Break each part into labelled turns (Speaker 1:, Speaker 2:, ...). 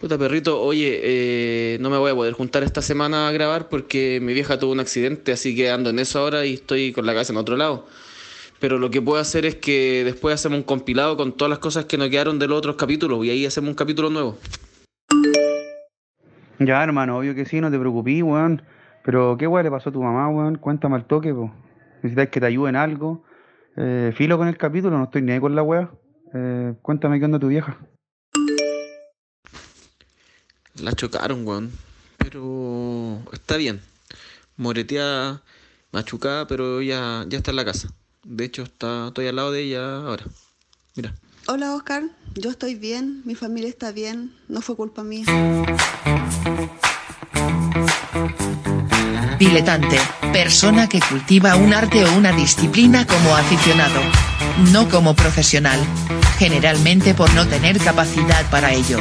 Speaker 1: Puta perrito, oye, eh, no me voy a poder juntar esta semana a grabar porque mi vieja tuvo un accidente, así que ando en eso ahora y estoy con la cabeza en otro lado. Pero lo que puedo hacer es que después hacemos un compilado con todas las cosas que nos quedaron de los otros capítulos y ahí hacemos un capítulo nuevo.
Speaker 2: Ya, hermano, obvio que sí, no te preocupes, weón. Pero qué weón le pasó a tu mamá, weón. Cuéntame al toque, po. Necesitas que te ayuden algo. Eh, filo con el capítulo, no estoy ni ahí con la weá. Eh, cuéntame qué onda tu vieja.
Speaker 1: La chocaron, weón. Pero está bien. Moreteada, machucada, pero ya, ya está en la casa. De hecho, está, estoy al lado de ella ahora. Mira.
Speaker 3: Hola Oscar, yo estoy bien, mi familia está bien, no fue culpa mía.
Speaker 4: Diletante, persona que cultiva un arte o una disciplina como aficionado. No como profesional. Generalmente por no tener capacidad para ello.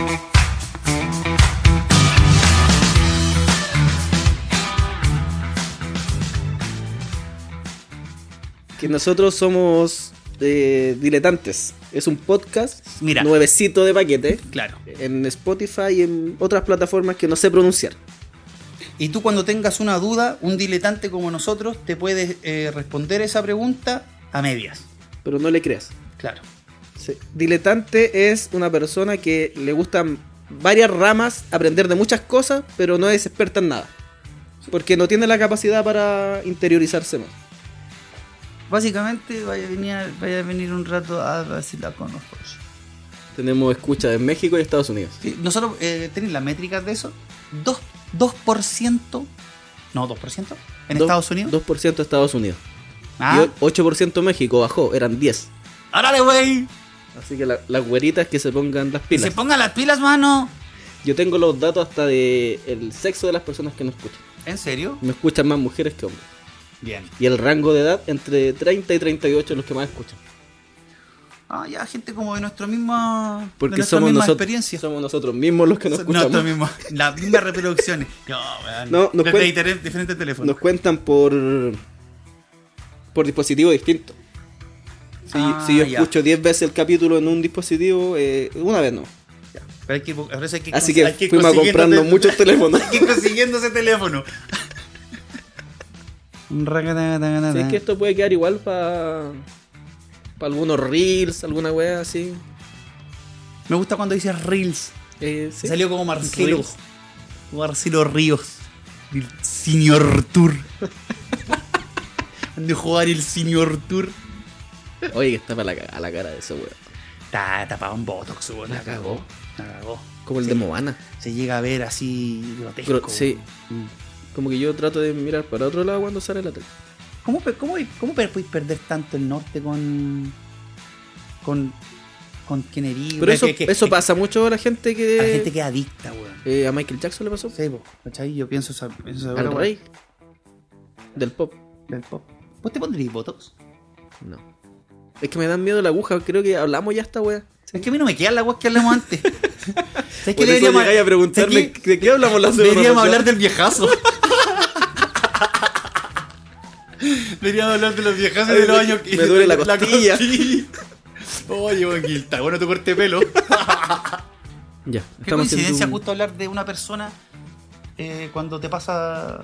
Speaker 5: que nosotros somos eh, diletantes. Es un podcast
Speaker 6: Mira.
Speaker 5: nuevecito de paquete
Speaker 6: Claro.
Speaker 5: en Spotify y en otras plataformas que no sé pronunciar.
Speaker 6: Y tú cuando tengas una duda, un diletante como nosotros te puede eh, responder esa pregunta a medias.
Speaker 5: Pero no le creas.
Speaker 6: Claro.
Speaker 5: Sí. Diletante es una persona que le gustan varias ramas, aprender de muchas cosas, pero no es experta en nada. Porque no tiene la capacidad para interiorizarse más.
Speaker 6: Básicamente vaya a venir, vaya a venir un rato a vacilar con nosotros.
Speaker 5: Tenemos escucha en México y Estados Unidos.
Speaker 6: Sí, Nosotros eh, tenéis las métricas de eso. 2%, 2% no, 2% en
Speaker 5: Dos-
Speaker 6: Estados Unidos.
Speaker 5: 2% Estados Unidos.
Speaker 6: Ah,
Speaker 5: Y 8% México bajó, eran 10.
Speaker 6: ¡Árale, güey!
Speaker 5: Así que la- las güeritas que se pongan las
Speaker 6: Que
Speaker 5: pilas.
Speaker 6: se pongan las pilas, mano.
Speaker 5: Yo tengo los datos hasta de el sexo de las personas que nos escuchan.
Speaker 6: ¿En serio?
Speaker 5: Me escuchan más mujeres que hombres.
Speaker 6: Bien.
Speaker 5: Y el rango de edad entre 30 y 38 los que más escuchan.
Speaker 6: Ah, ya, gente como de nuestra misma, de
Speaker 5: Porque
Speaker 6: nuestra
Speaker 5: somos
Speaker 6: misma
Speaker 5: nosotros,
Speaker 6: experiencia.
Speaker 5: somos nosotros mismos los que nos
Speaker 6: So-
Speaker 5: escuchamos.
Speaker 6: nosotros mismos. Las mismas reproducciones. No, weón.
Speaker 5: No, nos
Speaker 6: Desde
Speaker 5: cuen-
Speaker 6: diferentes, diferentes teléfonos.
Speaker 5: Nos cuentan por por dispositivo distinto. Si,
Speaker 6: Ah,
Speaker 5: si yo
Speaker 6: ya.
Speaker 5: escucho 10 veces el capítulo en un dispositivo, eh, una vez no.
Speaker 6: Pero hay que, bu- ahora sí hay que
Speaker 5: Así
Speaker 6: cons-
Speaker 5: que
Speaker 6: hay ir
Speaker 5: fuimos
Speaker 6: consiguiendo
Speaker 5: comprando
Speaker 6: tel-
Speaker 5: muchos teléfonos.
Speaker 6: Hay que ir consiguiendo ese teléfono.
Speaker 5: Si es que esto puede quedar igual para algunos reels, alguna wea así.
Speaker 6: Me gusta cuando dices Reels.
Speaker 5: Eh, sí.
Speaker 6: Salió como Marcelo.
Speaker 5: Reels.
Speaker 6: Como Marcelo Ríos. El Senior Tour. Han de jugar el Senior Tour.
Speaker 5: Oye, que está para la, ca- a la cara de ese weón.
Speaker 6: Está tapado un botox, weón.
Speaker 5: La cagó.
Speaker 6: La cagó.
Speaker 5: Como el
Speaker 6: Sí.
Speaker 5: de Moana.
Speaker 6: Se llega a ver así grotesco.
Speaker 5: Gro- sí. mm. Como que yo trato de mirar para otro lado cuando sale la tele.
Speaker 6: ¿Cómo, pe- cómo, cómo pe- podéis perder tanto el norte con. con. con quién herís?
Speaker 5: Pero eso, eso pasa mucho a la gente que.
Speaker 6: A la gente que es adicta, weón.
Speaker 5: Eh, a Michael Jackson le pasó.
Speaker 6: Sí, po, ¿cachai? Yo pienso esa. Pienso esa
Speaker 5: Al
Speaker 6: weá,
Speaker 5: rey. Del pop.
Speaker 6: weón, Del pop. ¿Vos te pondrías botox?
Speaker 5: No. Es que me dan miedo la aguja. Creo que hablamos ya esta wea.
Speaker 6: Es que a mí no me quedan las weas que hablamos antes. ¿Sabes
Speaker 5: Por eso llegáis a preguntarme
Speaker 6: ¿sabes
Speaker 5: de qué hablamos la semana
Speaker 6: Deberíamos
Speaker 5: pasada?
Speaker 6: hablar del viejazo. Deberíamos hablar de los viejazos y de los años
Speaker 5: Me duele la costilla.
Speaker 6: costilla. Oye, weón, que está bueno tu corte de pelo.
Speaker 5: Ya.
Speaker 6: Qué coincidencia
Speaker 5: haciendo un-
Speaker 6: justo hablar de una persona eh, cuando te pasa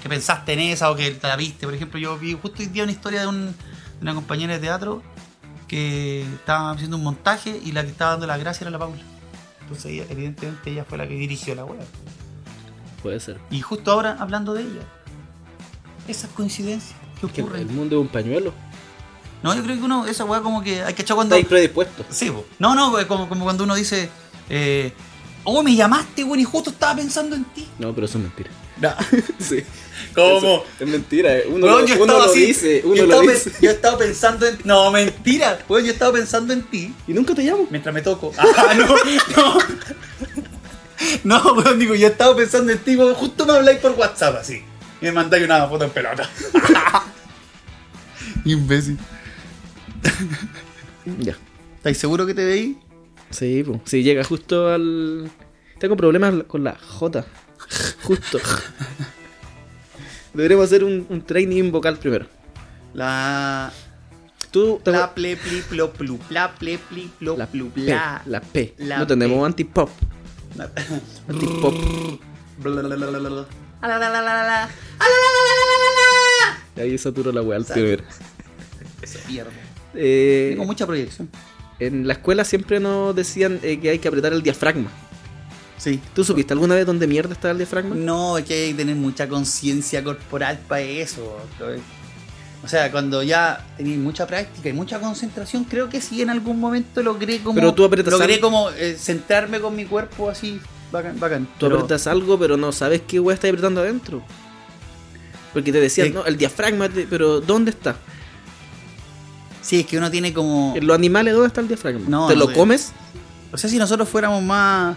Speaker 6: que pensaste en esa o que te la viste. Por ejemplo, yo vi justo hoy día una historia de, un- de una compañera de teatro que estaba haciendo un montaje y la que estaba dando las gracias era la Paula. Entonces, ella- evidentemente, ella fue la que dirigió la web.
Speaker 5: Puede ser.
Speaker 6: Y justo ahora, hablando de ella, esas coincidencias que
Speaker 5: Que el
Speaker 6: ocurren.
Speaker 5: mundo es un pañuelo.
Speaker 6: No, yo creo que uno, esa weá como que hay que echar cuando.
Speaker 5: Estáis predispuestos.
Speaker 6: Sí, po. no, no, eh, como, como cuando uno dice, eh, oh, me llamaste, weón, y justo estaba pensando en ti.
Speaker 5: No, pero eso es mentira.
Speaker 6: No.
Speaker 5: Sí.
Speaker 6: ¿Cómo?
Speaker 5: Eso es mentira. eh. Uno,
Speaker 6: Weón,
Speaker 5: lo, uno lo dice.
Speaker 6: yo,
Speaker 5: Uno
Speaker 6: estaba
Speaker 5: lo
Speaker 6: pe-
Speaker 5: dice.
Speaker 6: yo estaba pensando en. No, mentira. Weón, yo estaba pensando en ti
Speaker 5: Y nunca te llamo.
Speaker 6: mientras me toco. Ah, no, no. No, weón, digo, yo estaba pensando en ti, weón, justo me habláis por WhatsApp así. Y me mandáis una foto en pelota. Imbécil.
Speaker 5: Ya.
Speaker 6: ¿Estáis seguro que te veí?
Speaker 5: Sí, po. sí, llega justo al. Tengo problemas con la J. Justo. Deberíamos hacer un, un training vocal primero.
Speaker 6: La.
Speaker 5: Tú te-
Speaker 6: La ple pli plo plu. La ple pli plo
Speaker 5: la
Speaker 6: plu.
Speaker 5: P,
Speaker 6: La.
Speaker 5: la P.
Speaker 6: la
Speaker 5: no tenemos
Speaker 6: P.
Speaker 5: antipop.
Speaker 1: Antic pop.
Speaker 6: Blablabla.
Speaker 1: Ahí saturó la weá al primer.
Speaker 6: Se pierde.
Speaker 5: Eh,
Speaker 6: Tengo mucha proyección.
Speaker 5: en la escuela siempre nos decían eh, que hay que apretar el diafragma.
Speaker 6: Sí.
Speaker 5: ¿Tú supiste alguna vez dónde mierda estaba el diafragma?
Speaker 6: No, es que hay que tener mucha conciencia corporal para eso. O sea, cuando ya tenéis mucha práctica y mucha concentración, creo que sí en algún momento logré como.
Speaker 5: Pero tú apretas
Speaker 6: Logré
Speaker 5: algo.
Speaker 6: como eh, centrarme con mi cuerpo así. Bacán, bacán.
Speaker 5: Tú
Speaker 6: Pero-
Speaker 5: apretas algo, pero no sabes qué weá está apretando adentro. Porque te decían,
Speaker 6: Sí.
Speaker 5: no, el diafragma, te- pero ¿dónde está?
Speaker 6: Sí, es que uno tiene como.
Speaker 5: En los animales, ¿dónde está el diafragma?
Speaker 6: No,
Speaker 5: ¿Te
Speaker 6: no
Speaker 5: lo
Speaker 6: sé.
Speaker 5: comes?
Speaker 6: O sea, si nosotros fuéramos más.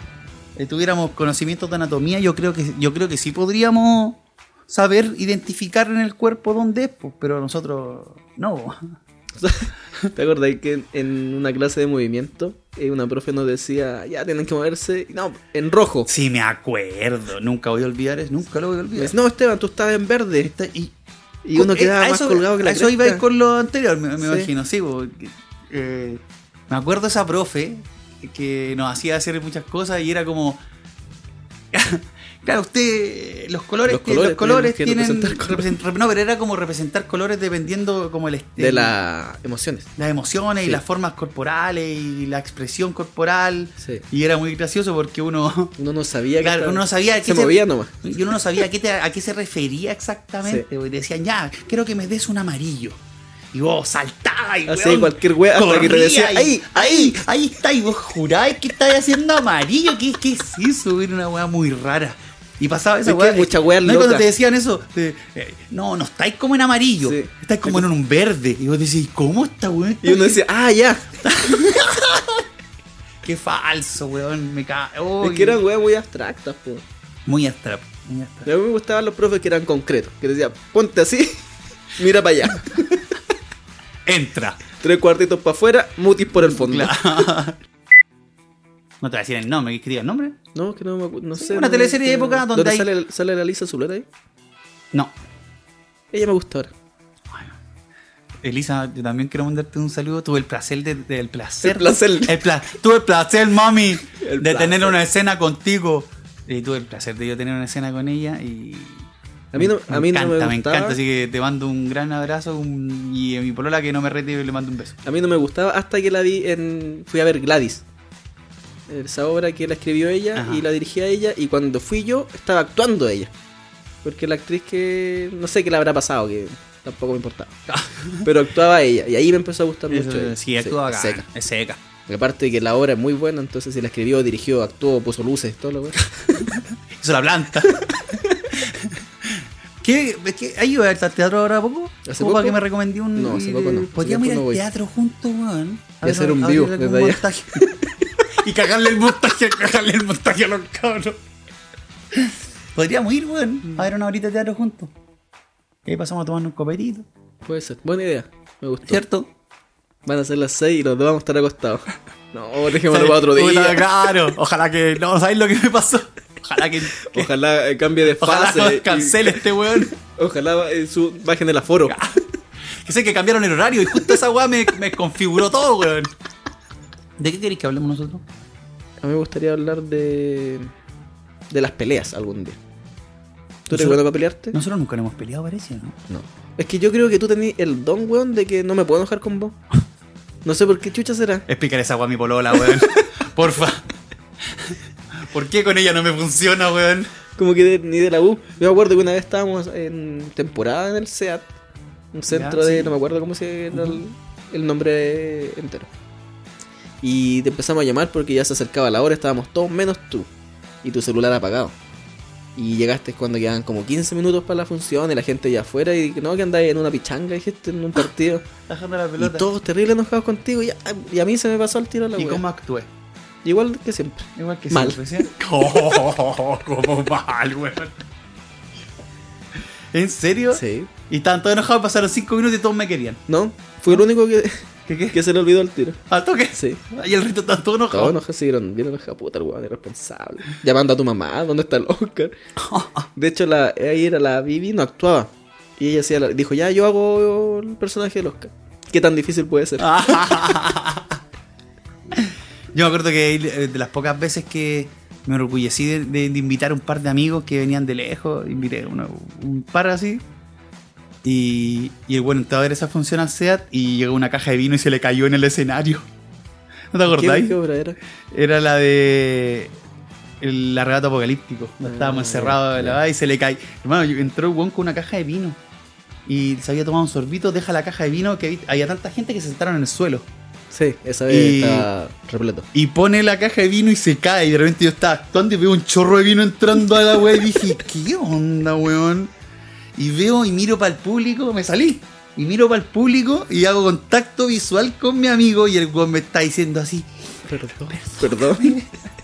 Speaker 6: eh, tuviéramos conocimientos de anatomía, yo creo que yo creo que sí podríamos saber identificar en el cuerpo dónde es, pues, pero nosotros no.
Speaker 5: ¿Te acordáis que en, en una clase de movimiento eh, una profe nos decía, ya tienen que moverse? No, en rojo.
Speaker 6: Sí, me acuerdo. Nunca voy a olvidar eso. Nunca lo voy a
Speaker 5: Me
Speaker 6: olvidar.
Speaker 5: dice, no, Esteban, tú estabas en verde.
Speaker 6: Está- y,
Speaker 5: Y uno
Speaker 6: eh,
Speaker 5: quedaba
Speaker 6: a
Speaker 5: más
Speaker 6: eso-
Speaker 5: colgado que la
Speaker 6: a Eso iba a ir
Speaker 5: cresta.
Speaker 6: con lo anterior, me, me
Speaker 5: Sí.
Speaker 6: imagino. Sí, porque, eh, me acuerdo esa profe que nos hacía hacer muchas cosas y era como. Claro, usted, los colores,
Speaker 5: Los
Speaker 6: que- los
Speaker 5: colores
Speaker 6: colores
Speaker 5: tienen que
Speaker 6: tienen,
Speaker 5: representar colores.
Speaker 6: represent- no, pero era como representar colores dependiendo como el
Speaker 5: De
Speaker 6: estilo
Speaker 5: las emociones.
Speaker 6: las emociones
Speaker 5: Sí.
Speaker 6: y las formas corporales y la expresión corporal.
Speaker 5: Sí.
Speaker 6: Y era muy gracioso porque uno,
Speaker 5: Uno no sabía
Speaker 6: Claro,
Speaker 5: estaba-
Speaker 6: uno no sabía
Speaker 5: Se
Speaker 6: que se-
Speaker 5: movía nomás.
Speaker 6: y uno no sabía a qué, te- a qué se refería exactamente. Y decían, ya, quiero que me des un amarillo. Y vos saltabas y
Speaker 5: Hacía
Speaker 6: weón,
Speaker 5: cualquier wea hasta que te
Speaker 6: corría
Speaker 5: decía,
Speaker 6: y-
Speaker 5: "Ahí,
Speaker 6: ahí, ahí está. Y vos juráis que estabas haciendo amarillo. ¿Qué, qué es eso? Era una weá muy rara. Y pasaba esa
Speaker 5: Es que
Speaker 6: weá.
Speaker 5: hay mucha wea
Speaker 6: ¿no? Y cuando
Speaker 5: loca.
Speaker 6: te decían eso, te- eh, no, no estáis como en amarillo,
Speaker 5: Sí.
Speaker 6: estáis como en un verde. Y vos decís, ¿cómo está, weón?
Speaker 5: Y uno decía, ah, ya.
Speaker 6: Qué falso, weón. Me cago.
Speaker 5: Es que eran weas muy abstractas, po.
Speaker 6: Muy astrap. Muy astrap.
Speaker 5: A mí me gustaban los profes que eran concretos, que decían, ponte así, mira para allá.
Speaker 6: Entra.
Speaker 5: Tres cuartitos para afuera, mutis por el fondo.
Speaker 6: Claro. No te voy a decir el nombre, ¿qué quería el nombre?
Speaker 5: No, que no me acu- no
Speaker 6: Sí,
Speaker 5: sé.
Speaker 6: una
Speaker 5: no-
Speaker 6: teleserie de época
Speaker 5: no-
Speaker 6: donde hay-
Speaker 5: sale, sale la Lisa Zuleta ahí?
Speaker 6: No.
Speaker 5: Ella me gusta ahora.
Speaker 6: Elisa, yo también quiero mandarte un saludo. Tuve el placer de, de- el placer.
Speaker 5: El placer.
Speaker 6: el pla- tuve el placer, mami,
Speaker 5: El
Speaker 6: de tener
Speaker 5: placer.
Speaker 6: una escena contigo. Y tuve el placer de yo tener una escena con ella y.
Speaker 5: A mí no- a mí no me
Speaker 6: encanta, me
Speaker 5: gustaba.
Speaker 6: encanta, así que te mando un gran abrazo un- y a mi polola que no me rete le mando un beso.
Speaker 5: A mí no me gustaba hasta que la vi en. Fui a ver Gladys. Esa obra que la escribió ella
Speaker 6: Ajá.
Speaker 5: y la dirigía ella. Y cuando fui yo, estaba actuando ella. Porque la actriz que. No sé qué le habrá pasado, que tampoco me importaba. Pero actuaba ella. Y ahí me empezó a gustar mucho.
Speaker 6: Eso-
Speaker 5: ella.
Speaker 6: sí, actúa
Speaker 5: es
Speaker 6: acá.
Speaker 5: seca.
Speaker 6: Es seca.
Speaker 5: Y aparte que la obra es muy buena, entonces si la escribió, dirigió, actuó, puso luces, todo lo bueno.
Speaker 6: Hizo la planta. ¿Qué, qué, ¿Has ido a ver al teatro ahora poco?
Speaker 5: Hace
Speaker 6: ¿Cómo
Speaker 5: poco?
Speaker 6: para que me recomendí un.?
Speaker 5: No, hace poco no. Hace
Speaker 6: Mm. Podríamos
Speaker 5: tiempo
Speaker 6: ir al
Speaker 5: no voy.
Speaker 6: teatro juntos, weón.
Speaker 5: Y hacer un
Speaker 6: a
Speaker 5: vivo
Speaker 6: algún
Speaker 5: desde allá.
Speaker 6: montaje. y cagarle el montaje, cagarle el montaje a los cabros. Mm. Podríamos ir, weón, a ver una horita de teatro juntos. Y ahí pasamos a tomarnos un copetito,
Speaker 5: Puede ser, buena idea. Me gustó.
Speaker 6: ¿cierto?
Speaker 5: Van a ser las 6 y los dos vamos a estar acostados. No, oh, dejémoslo para otro
Speaker 6: Puta,
Speaker 5: día.
Speaker 6: Claro, ojalá que. No, ¿sabéis lo que me pasó? Ojalá que. que-
Speaker 5: Ojalá eh, cambie de
Speaker 6: ojalá
Speaker 5: fase. y-
Speaker 6: cancele este weón.
Speaker 5: Ojalá eh, su- bajen el aforo.
Speaker 6: Que sé que cambiaron el horario y justo esa weá me, me configuró todo, weón. ¿De qué queréis que hablemos nosotros?
Speaker 5: A mí me gustaría hablar de. de las peleas algún día. ¿Tú eres
Speaker 6: Nosotros-
Speaker 5: bueno para pelearte?
Speaker 6: Nosotros nunca nos hemos peleado, parece, ¿no?
Speaker 5: No. Es que yo creo que tú tenés el don, weón, de que no me puedo enojar con vos. No sé por qué chucha será.
Speaker 6: Explicar esa weá a mi polola, weón. Porfa. ¿Por qué con ella no me funciona, weón?
Speaker 5: Como que de- ni de la U. Yo me acuerdo que una vez estábamos en temporada en el SEAT. Un centro
Speaker 6: Ya,
Speaker 5: de.
Speaker 6: sí.
Speaker 5: No me acuerdo cómo se era el, el nombre entero. Y te empezamos a llamar porque ya se acercaba la hora, estábamos todos menos tú. Y tu celular apagado. Y llegaste cuando quedaban como 15 minutos para la función y la gente ya afuera. Y no, que andáis en una pichanga, dijiste, en un partido.
Speaker 6: Bajando la
Speaker 5: y todos terribles enojados contigo. Y a, y a mí se me pasó el tiro a la
Speaker 6: ¿Y
Speaker 5: wea.
Speaker 6: cómo actué?
Speaker 5: Igual que siempre.
Speaker 6: Igual que
Speaker 5: Mal.
Speaker 6: siempre, ¿sí? Oh, ¿Cómo mal, weón? ¿En serio?
Speaker 5: Sí.
Speaker 6: Y estaban todos enojados, pasaron 5 minutos y todos me querían.
Speaker 5: ¿No? Fui el único que,
Speaker 6: ¿Qué qué?
Speaker 5: que se le olvidó el tiro.
Speaker 6: ¿Al toque?
Speaker 5: Sí.
Speaker 6: Y el resto están todos enojados.
Speaker 5: Todos nos recibieron bien enojados, puta, el weón irresponsable. Llamando a tu mamá, ¿dónde está el Oscar? De hecho, la, ahí era la Vivi, no actuaba. Y ella hacía la- dijo, ya, yo hago el personaje del Oscar. ¿Qué tan difícil puede ser?
Speaker 6: Yo me acuerdo que eh, de las pocas veces que me enorgullecí de, de- de invitar un par de amigos que venían de lejos, invité uno- un par así. Y, y el bueno entró a ver esa función al SEAT y llegó una caja de vino y se le cayó en el escenario. ¿No te acordáis?
Speaker 5: ¿Qué, qué obra era?
Speaker 6: Era la de. El arrebato apocalíptico. Cuando estábamos encerrados de la y se le cae. Hermano, yo- entró el weón con una caja de vino. Y se había tomado un sorbito, deja la caja de vino que vi- había tanta gente que se sentaron en el suelo.
Speaker 5: Sí, esa vez
Speaker 6: Y-
Speaker 5: está repleto.
Speaker 6: Y pone la caja de vino y se cae. Y de repente yo estaba actuando y veo un chorro de vino entrando a la wea. Y dije, ¿qué onda, weón? Y veo y miro para el público, me salí. Y miro para el público y hago contacto visual con mi amigo. Y el weón me está diciendo así,
Speaker 5: Perdón. Perdón.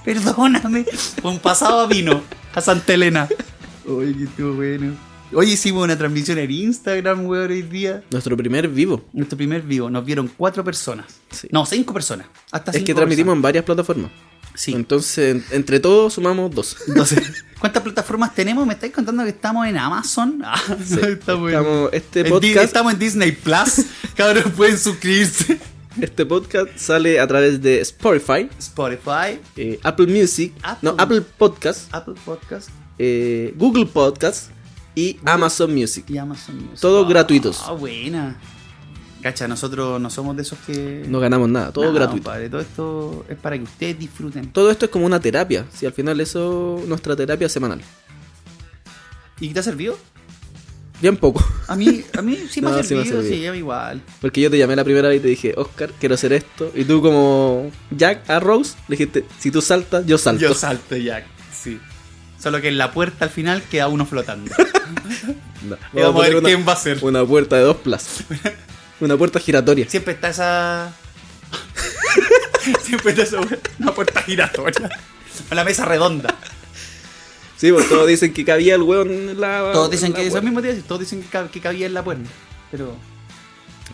Speaker 6: Perdóname. Un pasado a vino. A Santa Elena. Oye, que estuvo bueno. Hoy hicimos una transmisión en Instagram, weón, hoy día.
Speaker 5: Nuestro primer vivo.
Speaker 6: Nuestro primer vivo. Nos vieron cuatro personas.
Speaker 5: Sí.
Speaker 6: No, cinco personas. Hasta
Speaker 5: Es
Speaker 6: cinco
Speaker 5: que transmitimos en varias plataformas.
Speaker 6: personas. Sí.
Speaker 5: Entonces, en- entre todos sumamos dos.
Speaker 6: Entonces, ¿cuántas plataformas tenemos? ¿Me estáis contando que estamos en Amazon? Ah,
Speaker 5: Sí,
Speaker 6: está bueno.
Speaker 5: estamos- este
Speaker 6: En Di-
Speaker 5: podcast-
Speaker 6: Estamos en Disney Plus. Cabros, pueden suscribirse.
Speaker 5: Este podcast sale a través de Spotify,
Speaker 6: Spotify,
Speaker 5: eh, Apple Music,
Speaker 6: Apple.
Speaker 5: no, Apple Podcast,
Speaker 6: Apple Podcast
Speaker 5: eh, Google Podcast y Amazon Music.
Speaker 6: y Amazon Music.
Speaker 5: Todos
Speaker 6: Ah,
Speaker 5: gratuitos.
Speaker 6: Ah, buena. Cacha, nosotros no somos de esos que.
Speaker 5: No ganamos nada, todo
Speaker 6: Nada,
Speaker 5: gratuito.
Speaker 6: compadre, todo esto es para que ustedes disfruten.
Speaker 5: Todo esto es como una terapia, si al final eso nuestra terapia semanal.
Speaker 6: ¿Y te ha servido?
Speaker 5: Bien poco,
Speaker 6: A mí, a mí sí me
Speaker 5: No,
Speaker 6: ha
Speaker 5: sí me
Speaker 6: servido,
Speaker 5: ha
Speaker 6: sí,
Speaker 5: servido.
Speaker 6: a mí igual.
Speaker 5: porque yo te llamé la primera vez y te dije, Oscar, quiero hacer esto. Y tú como Jack a Rose, le dijiste, si tú saltas, yo salto.
Speaker 6: Yo salto, Jack, sí. Solo que en la puerta al final queda uno flotando.
Speaker 5: No,
Speaker 6: y vamos a ver
Speaker 5: poner una-
Speaker 6: quién va a ser.
Speaker 5: Una puerta de dos plazas. Una puerta giratoria.
Speaker 6: Siempre está esa. Siempre está esa una puerta giratoria. O la mesa redonda.
Speaker 5: Sí, pues todos dicen que cabía el hueón en la.
Speaker 6: Todos dicen
Speaker 5: en la
Speaker 6: que eso
Speaker 5: puerta.
Speaker 6: mismo te iba a decir, todos dicen que, cab- que cabía en la puerta. Pero.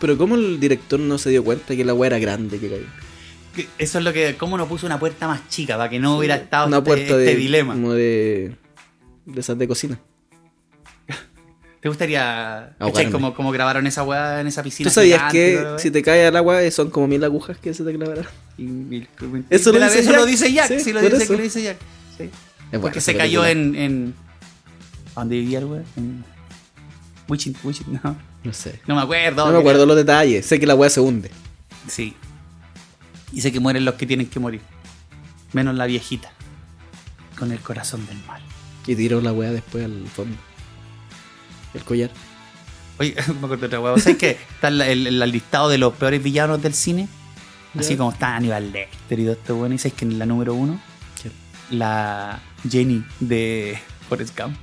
Speaker 5: Pero ¿cómo el director no se dio cuenta que la hueá era grande que cabía?
Speaker 6: que- Eso es lo que. ¿Cómo no puso una puerta más chica? Para que no hubiera estado
Speaker 5: Una
Speaker 6: este-
Speaker 5: puerta
Speaker 6: este
Speaker 5: de. Mm.
Speaker 6: dilema.
Speaker 5: Como de. De esas de cocina.
Speaker 6: ¿Te gustaría
Speaker 5: Ahogarme.
Speaker 6: cachai, como, como grabaron esa weá en esa piscina?
Speaker 5: Ah, ¿Tú sabías
Speaker 6: gigante,
Speaker 5: que
Speaker 6: bla, bla,
Speaker 5: si te cae al agua eh, son como mil agujas que se te clavarán?
Speaker 6: bla?
Speaker 5: Eso lo
Speaker 6: Pero
Speaker 5: dice
Speaker 6: eso
Speaker 5: Jack.
Speaker 6: lo dice Jack. Sí,
Speaker 5: Sí,
Speaker 6: lo
Speaker 5: por
Speaker 6: dice,
Speaker 5: eso.
Speaker 6: lo dice Jack. Sí.
Speaker 5: Es buena
Speaker 6: Porque
Speaker 5: esa
Speaker 6: se cayó
Speaker 5: película.
Speaker 6: en, en. ¿A dónde vivía el weá? En. Witching, Witching, no.
Speaker 5: No sé.
Speaker 6: No me acuerdo.
Speaker 5: No me acuerdo los detalles. Sé que la hueá se hunde.
Speaker 6: Sí. Y sé que mueren los que tienen que morir. Menos la viejita. Con el corazón del mal.
Speaker 5: Y tiró la hueá después al fondo. El collar.
Speaker 6: Oye, me acuerdo de otra hueá. ¿Sabes que Está el, el- el listado de los peores villanos del cine. Así como está Aníbal Lecter y todo esto bueno. Y sabes que en la número uno,
Speaker 5: ¿Quién?
Speaker 6: la Jenny de Forrest Gump.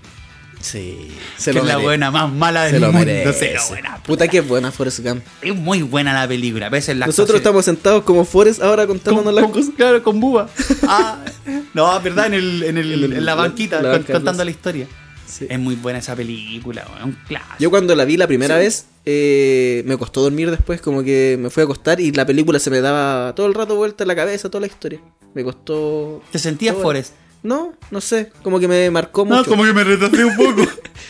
Speaker 5: Sí.
Speaker 6: que
Speaker 5: Se lo
Speaker 6: es la
Speaker 5: merece.
Speaker 6: buena más mala del
Speaker 5: Se lo
Speaker 6: mundo.
Speaker 5: merece.
Speaker 6: Se lo buena.
Speaker 5: Puta que buena Forrest Gump.
Speaker 6: Es muy buena la película. A veces la
Speaker 5: Nosotros
Speaker 6: actuación-
Speaker 5: estamos sentados como Forrest ahora contándonos las cosas.
Speaker 6: Claro, con Buba. Ah, no, es verdad, en, el, en, el- en la banquita,
Speaker 5: la
Speaker 6: con-
Speaker 5: banca,
Speaker 6: contando
Speaker 5: plaza.
Speaker 6: la historia.
Speaker 5: Sí.
Speaker 6: Es muy buena esa película, weón, un clásico.
Speaker 5: Yo cuando la vi la primera vez, eh, me costó dormir después, como que me fui a acostar y la película se me daba todo el rato vuelta en la cabeza, toda la historia. Me costó...
Speaker 6: ¿Te sentías
Speaker 5: todo.
Speaker 6: Forrest?
Speaker 5: No, no sé, como que me marcó mucho.
Speaker 6: que me retrasé un poco.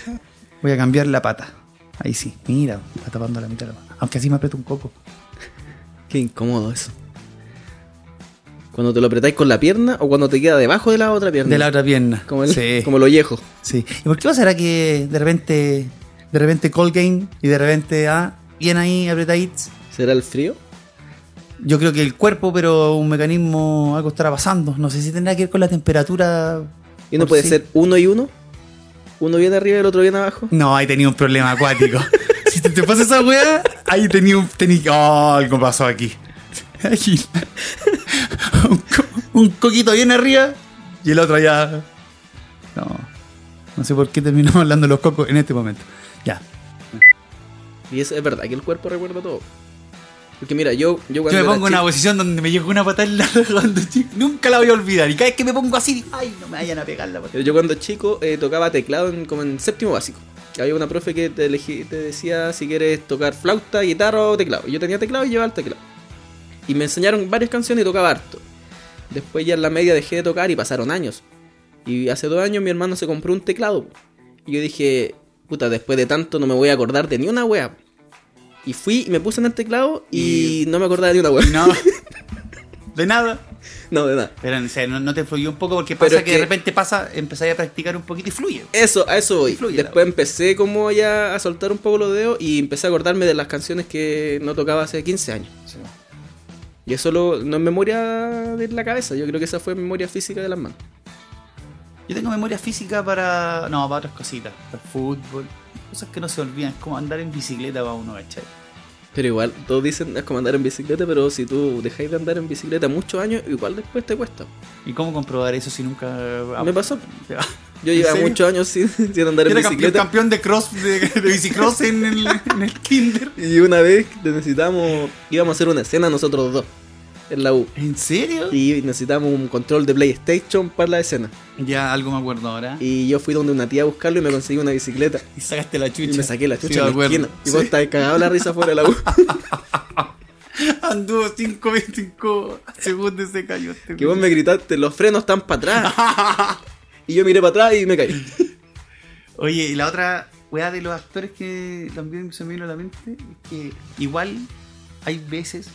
Speaker 6: Voy a cambiar la pata. Ahí sí, mira, está tapando la mitad de la pata. Aunque así me aprieta un coco.
Speaker 5: Qué incómodo eso. Cuando te lo apretáis con la pierna o cuando te queda debajo de la otra pierna.
Speaker 6: De la otra pierna.
Speaker 5: Como, el,
Speaker 6: sí,
Speaker 5: como lo viejo.
Speaker 6: sí. ¿Y por qué será que de repente, de repente Colgain y de repente, ah, bien ahí, apretaditos?
Speaker 5: ¿Será el frío?
Speaker 6: Yo creo que el cuerpo, pero un mecanismo, algo estará pasando. No sé si tendrá que ver con la temperatura.
Speaker 5: ¿Y no
Speaker 6: por
Speaker 5: puede
Speaker 6: Oh, sí.
Speaker 5: ser uno y uno? ¿Uno bien arriba y el otro bien abajo?
Speaker 6: No, ahí tenía un problema acuático. si te, te pasa esa weá, ahí tenía un. Tení, oh, algo pasó aquí. Ahí. un, co- un coquito bien arriba y el otro allá. No. No sé por qué terminamos hablando de los cocos en este momento. Ya.
Speaker 5: Y es, es verdad que el cuerpo recuerda todo. Porque mira, yo, yo cuando
Speaker 6: Yo me
Speaker 5: era
Speaker 6: pongo en una
Speaker 5: chico-
Speaker 6: posición donde me llegó una patada en la cuando chico, Nunca la voy a olvidar. Y cada vez que me pongo así, digo, ay, no me vayan a pegar la patada.
Speaker 5: Yo cuando chico eh, tocaba teclado en, como en séptimo básico. Había una profe que te, elegí- te decía si quieres tocar flauta, guitarra o teclado. Y Yo tenía teclado y llevaba el teclado. Y me enseñaron varias canciones y tocaba harto. Después ya en la media dejé de tocar y pasaron años. Y hace dos años mi hermano se compró un teclado. Y yo dije, puta, después de tanto no me voy a acordar de ni una wea. Y fui y me puse en el teclado y no me acordaba de ni una wea.
Speaker 6: No. De nada.
Speaker 5: No, de nada.
Speaker 6: Pero o sea, no, no te fluyó un poco porque
Speaker 5: Pero
Speaker 6: pasa
Speaker 5: es
Speaker 6: que, de
Speaker 5: que-
Speaker 6: repente pasa, empezáis a practicar un poquito y fluye.
Speaker 5: Eso, a eso voy.
Speaker 6: Influye la
Speaker 5: Después empecé como ya a soltar un poco los dedos y empecé a acordarme de las canciones que no tocaba hace 15 años. Y eso lo- no es memoria de la cabeza, yo creo que esa fue memoria física de las manos.
Speaker 6: Yo tengo memoria física para. No, para otras cositas. Para fútbol. Cosas que no se olvidan. Es como andar en bicicleta para uno, ¿cachai?
Speaker 5: Pero igual, todos dicen es como andar en bicicleta, pero si tú dejáis de andar en bicicleta muchos años, igual después te cuesta.
Speaker 6: ¿Y cómo comprobar eso si nunca.
Speaker 5: Me pasó. Yo
Speaker 6: Yo
Speaker 5: llevaba muchos años sin, sin andar en
Speaker 6: Era campeón,
Speaker 5: bicicleta.
Speaker 6: campeón de cross, de, de bicicross en el, en el kinder.
Speaker 5: Y una vez necesitamos, íbamos a hacer una escena nosotros dos en la U.
Speaker 6: ¿En serio?
Speaker 5: Y necesitamos un control de PlayStation para la escena.
Speaker 6: Ya algo me acuerdo ahora. Y,
Speaker 5: Y yo fui donde una tía a buscarlo y me conseguí una bicicleta.
Speaker 6: sacaste la
Speaker 5: Y
Speaker 6: chucha.
Speaker 5: me saqué la
Speaker 6: Sí,
Speaker 5: chucha
Speaker 6: me
Speaker 5: en la
Speaker 6: acuerdo.
Speaker 5: esquina. Y vos
Speaker 6: Sí.
Speaker 5: estás cagado de la risa fuera de la U.
Speaker 6: Anduvo 5 25 segundos y se cayó. este
Speaker 5: que vos me gritaste, los frenos están para atrás. y yo miré para atrás y me caí.
Speaker 6: Oye, y la otra weá de los actores que también se me vino a la mente es que igual hay veces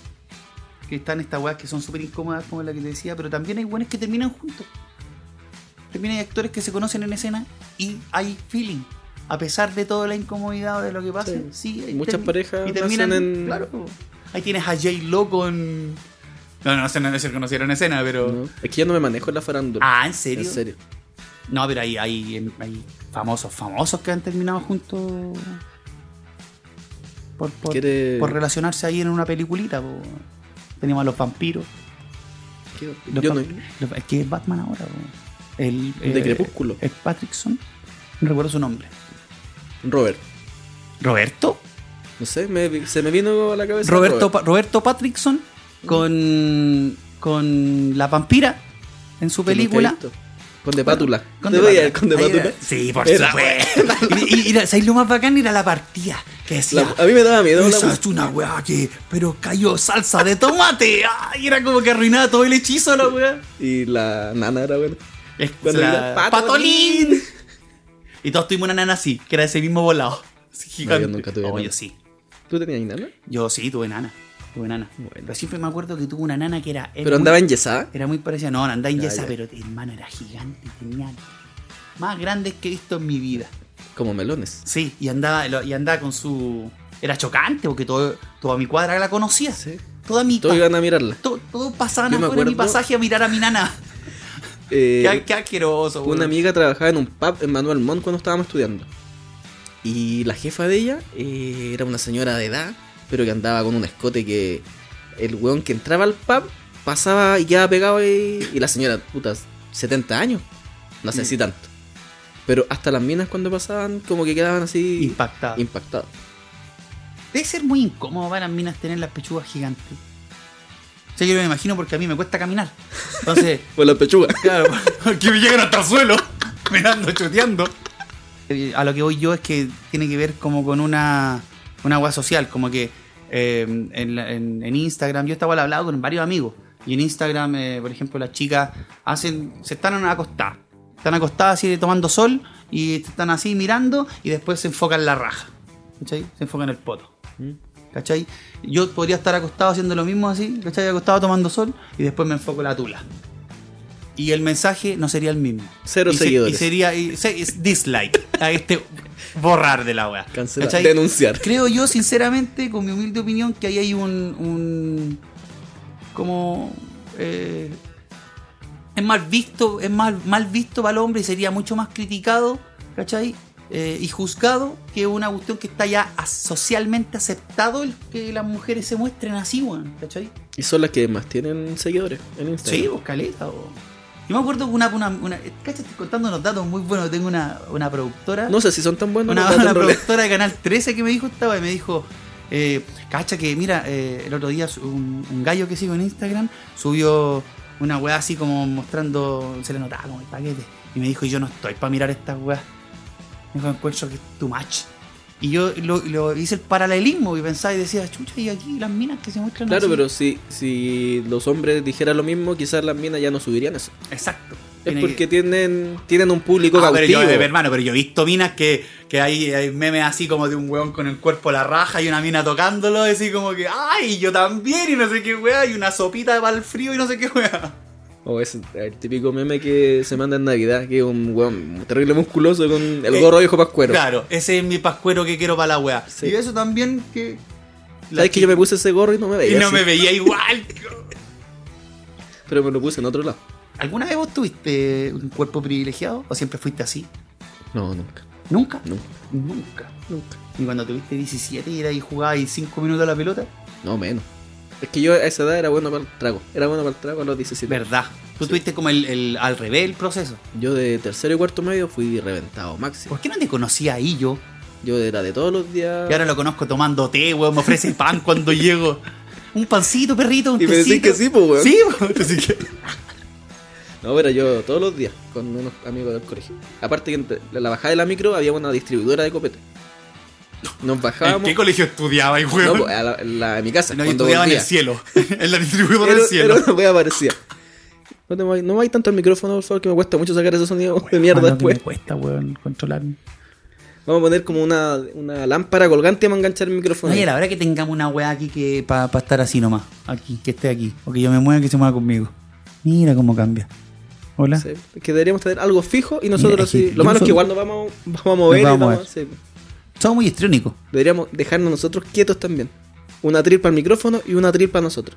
Speaker 6: que están estas weas que son súper incómodas, como la que te decía, pero también hay weones que terminan juntos. También hay actores que se conocen en escena y hay feeling. A pesar de toda la incomodidad o de lo que pasa,
Speaker 5: Sí.
Speaker 6: sí, hay
Speaker 5: Muchas
Speaker 6: termi-
Speaker 5: parejas
Speaker 6: y terminan
Speaker 5: nacen en-
Speaker 6: Claro, po. ahí tienes a Jay Loco en. No, no, no, no se conocieron en escena, pero.
Speaker 5: No, Es que yo no me manejo en la farándula.
Speaker 6: Ah, ¿en serio?
Speaker 5: En serio.
Speaker 6: No, pero hay, hay, hay famosos, famosos que han terminado juntos por, por,
Speaker 5: ¿Quiere-
Speaker 6: por relacionarse ahí en una peliculita. po. Teníamos a los vampiros.
Speaker 5: ¿Qué-
Speaker 6: Los
Speaker 5: Yo no.
Speaker 6: vamp- los- es que es Batman ahora. po. El,
Speaker 5: El de Crepúsculo.
Speaker 6: El Patrickson. No recuerdo su nombre.
Speaker 5: Robert.
Speaker 6: ¿Roberto?
Speaker 5: No sé, me- se me vino a la cabeza.
Speaker 6: Roberto, Pa- Roberto Patrickson con, con la vampira en su
Speaker 5: que nunca he
Speaker 6: película.
Speaker 5: visto. Conde Pátula.
Speaker 6: Con
Speaker 5: ¿Te
Speaker 6: de
Speaker 5: veía
Speaker 6: Pátula.
Speaker 5: el Conde
Speaker 6: Ahí
Speaker 5: Pátula?
Speaker 6: era- Sí, por
Speaker 5: Era-
Speaker 6: supuesto. y, y, y era- ¿sabes lo más bacán era la partida. Que decía,
Speaker 5: La- a mí me daba miedo la-
Speaker 6: Esa es una weá que. Pero cayó salsa de tomate. Ay, era como que arruinaba todo el hechizo la weá.
Speaker 5: Y la nana era buena.
Speaker 6: Es
Speaker 5: Cuando
Speaker 6: la-
Speaker 5: diga,
Speaker 6: ¡Patolín!
Speaker 5: "Patolín".
Speaker 6: Y todos tuvimos una nana así, que era ese mismo volado. Así gigante.
Speaker 5: yo nunca tuve
Speaker 6: Oh,
Speaker 5: nana.
Speaker 6: yo sí.
Speaker 5: ¿Tú tenías nana?
Speaker 6: Yo sí, tuve nana. Tuve nana. Pero siempre me acuerdo que tuve una nana que era. era
Speaker 5: Pero
Speaker 6: muy-
Speaker 5: andaba enyesada.
Speaker 6: Era muy parecida. No, no andaba en
Speaker 5: Ya,
Speaker 6: yesa,
Speaker 5: ya.
Speaker 6: pero hermano, era gigante, tenía. Más grandes que he visto en mi vida.
Speaker 5: Como melones.
Speaker 6: Sí, y andaba, lo- y andaba con su. Era chocante porque todo, toda mi cuadra la conocía.
Speaker 5: Sí.
Speaker 6: Toda mi.
Speaker 5: Todos
Speaker 6: pa-
Speaker 5: iban a mirarla.
Speaker 6: to- Todos pasaban
Speaker 5: Yo me
Speaker 6: afuera de mi
Speaker 5: acuerdo-
Speaker 6: pasaje a mirar a mi nana.
Speaker 5: Eh,
Speaker 6: qué, qué asqueroso,
Speaker 5: Una
Speaker 6: weón.
Speaker 5: amiga trabajaba en un pub en Manuel Montt cuando estábamos estudiando. Y la jefa de ella eh, era una señora de edad, pero que andaba con un escote que el weón que entraba al pub pasaba y quedaba pegado ahí. Y la señora, puta, 70 años. No sé si
Speaker 6: Mm.
Speaker 5: tanto. Pero hasta las minas cuando pasaban, como que quedaban así.
Speaker 6: Impactada.
Speaker 5: Impactados.
Speaker 6: Debe ser muy incómodo para las minas tener las pechugas gigantes. O sea, yo me imagino porque a mí me cuesta caminar. Entonces,
Speaker 5: Por la pechuga.
Speaker 6: claro, que me llegan hasta el suelo, me ando chuteando. Eh, A lo que voy yo es que tiene que ver como con una, una agua social, como que eh, en, la- en- en Instagram, yo estaba hablado con varios amigos, y en Instagram, eh, por ejemplo, las chicas hacen, se están acostadas, están acostadas así tomando sol, y están así mirando, y después se enfocan en la raja, ¿cachai? Se enfocan en el poto.
Speaker 5: Mm.
Speaker 6: ¿Cachai? Yo podría estar acostado haciendo lo mismo así, ¿cachai? Acostado tomando sol y después me enfoco en la tula. Y el mensaje no sería el mismo.
Speaker 5: Cero
Speaker 6: Y se-
Speaker 5: seguidores.
Speaker 6: y sería y se- es dislike a este borrar de la wea.
Speaker 5: Cancelar.
Speaker 6: ¿Cachai?
Speaker 5: Denunciar.
Speaker 6: Creo yo, sinceramente, con mi humilde opinión, que ahí hay un. un- como. eh, es mal visto, es mal, mal visto para el hombre y sería mucho más criticado, ¿cachai? Eh, y juzgado que una cuestión que está ya as- socialmente aceptado el que las mujeres se muestren así, weón, ¿cachai?
Speaker 5: Y son las que más tienen seguidores en Instagram.
Speaker 6: Sí, vos caleta, vos. Yo me acuerdo que una, una, una ¿cachai? Estoy contando unos datos muy buenos. Tengo una, una productora
Speaker 5: No sé si son tan buenos.
Speaker 6: una,
Speaker 5: no tengo
Speaker 6: una
Speaker 5: problema.
Speaker 6: productora de Canal 13 que me dijo estaba y me dijo, eh, cacha que mira, eh, el otro día su- un, un gallo que sigo en Instagram subió una weá así como mostrando, se le notaba como el paquete. Y me dijo, y yo no estoy para mirar estas weas. Me dijo, encuentro que es too much. Y yo lo, lo hice el paralelismo y pensaba y decía, chucha, y aquí las minas que se muestran
Speaker 5: Claro,
Speaker 6: así".
Speaker 5: pero si, si los hombres dijeran lo mismo, quizás las minas ya no subirían eso.
Speaker 6: Exacto.
Speaker 5: Es
Speaker 6: Tiene que-
Speaker 5: porque tienen, tienen un público
Speaker 6: Ah, pero
Speaker 5: cautivo.
Speaker 6: yo, eh, hermano, pero yo he visto minas que, que hay, hay memes así como de un weón con el cuerpo a la raja y una mina tocándolo, así como que, ay, yo también, y no sé qué weá, y una sopita para el frío y no sé qué weá.
Speaker 5: O es el típico meme que se manda en Navidad, que es un weón terrible musculoso con el gorro viejo pascuero.
Speaker 6: Claro, ese es mi pascuero que quiero para la wea.
Speaker 5: Sí.
Speaker 6: Y eso también que.
Speaker 5: ¿Sabes que yo me puse ese gorro y no me
Speaker 6: Y
Speaker 5: veía?
Speaker 6: no
Speaker 5: así?
Speaker 6: me veía igual.
Speaker 5: Pero me lo puse en otro lado.
Speaker 6: ¿Alguna vez vos tuviste un cuerpo privilegiado? ¿O siempre fuiste así?
Speaker 5: No, nunca.
Speaker 6: ¿Nunca?
Speaker 5: Nunca.
Speaker 6: Nunca.
Speaker 5: Nunca.
Speaker 6: ¿Y cuando tuviste 17 y era y jugabas y 5 minutos a la pelota?
Speaker 5: No, menos. Es que yo a esa edad era bueno para el trago. Era bueno para el trago a los 17.
Speaker 6: Verdad. Tú
Speaker 5: Sí.
Speaker 6: tuviste como el, el- al revés el proceso.
Speaker 5: Yo de tercero y cuarto medio fui reventado, máximo.
Speaker 6: ¿Por qué no te conocí ahí yo?
Speaker 5: Yo era de todos los días.
Speaker 6: Y ahora lo conozco tomando té, weón. Me ofrece pan cuando llego. Un pancito, perrito, un
Speaker 5: Y me decís
Speaker 6: tecito.
Speaker 5: que sí, po, weón.
Speaker 6: Sí, weón. Así que-
Speaker 5: No, pero yo todos los días con unos amigos del colegio. Aparte que entre la la bajada de la micro había una distribuidora de copete. Nos
Speaker 6: ¿En
Speaker 5: bajábamos.
Speaker 6: qué colegio estudiaba, ahí,
Speaker 5: No,
Speaker 6: weón?
Speaker 5: pues, a la- la- en mi casa.
Speaker 6: No, yo
Speaker 5: cuando
Speaker 6: estudiaba en el
Speaker 5: volvía.
Speaker 6: cielo. En la distribuidora
Speaker 5: Era,
Speaker 6: del cielo.
Speaker 5: era una wea parecida. No, te vayas- no vayas tanto al micrófono, por favor, que me cuesta mucho sacar ese sonido de mierda
Speaker 6: Mano, que
Speaker 5: después.
Speaker 6: Me cuesta, weón, controlar.
Speaker 5: Vamos a poner como una, una lámpara colgante para enganchar el micrófono.
Speaker 6: Oye, la verdad que tengamos una weá aquí que para estar así nomás. Aquí, que esté aquí. O que yo me mueva, que se mueva conmigo. Mira cómo cambia. Hola.
Speaker 5: Sí, es que deberíamos tener algo fijo y nosotros
Speaker 6: Mira,
Speaker 5: sí.
Speaker 6: gente,
Speaker 5: Lo malo es
Speaker 6: nosotros-
Speaker 5: que igual nos vamos, vamos a mover.
Speaker 6: Nos
Speaker 5: y
Speaker 6: vamos a
Speaker 5: vamos- sí.
Speaker 6: Somos muy histriónicos.
Speaker 5: Deberíamos dejarnos nosotros quietos también. Una tril para el micrófono y una tril para nosotros.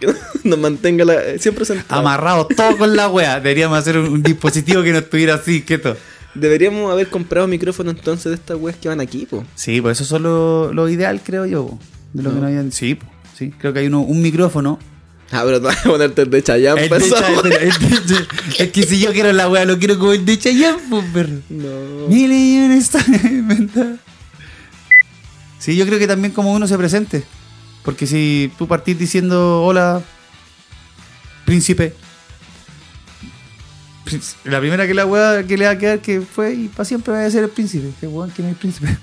Speaker 5: Que nos mantenga la, eh, siempre sentados.
Speaker 6: Amarrados todos con la weá. Deberíamos hacer un, un dispositivo que no estuviera así, quieto.
Speaker 5: Deberíamos haber comprado micrófono entonces de estas weas que van aquí, po.
Speaker 6: Sí, pues eso es lo, lo ideal, creo yo. po. De lo que no habían. Sí, po. sí. Creo que hay uno, un micrófono.
Speaker 5: Ah, pero te vas a ponerte el de Chayanne pues,
Speaker 6: El
Speaker 5: pa'
Speaker 6: de
Speaker 5: esa wea.
Speaker 6: Chayanne, pero el de- es que si yo quiero la weá, lo quiero como el de Chayanne, po, perro.
Speaker 5: No.
Speaker 6: Millones inventados. Sí, yo creo que también como uno se presente. Porque si tú partís diciendo hola, príncipe. Princ- La primera que la weá que le va a quedar que fue y para siempre va a ser el príncipe. Qué weón que no hay príncipe.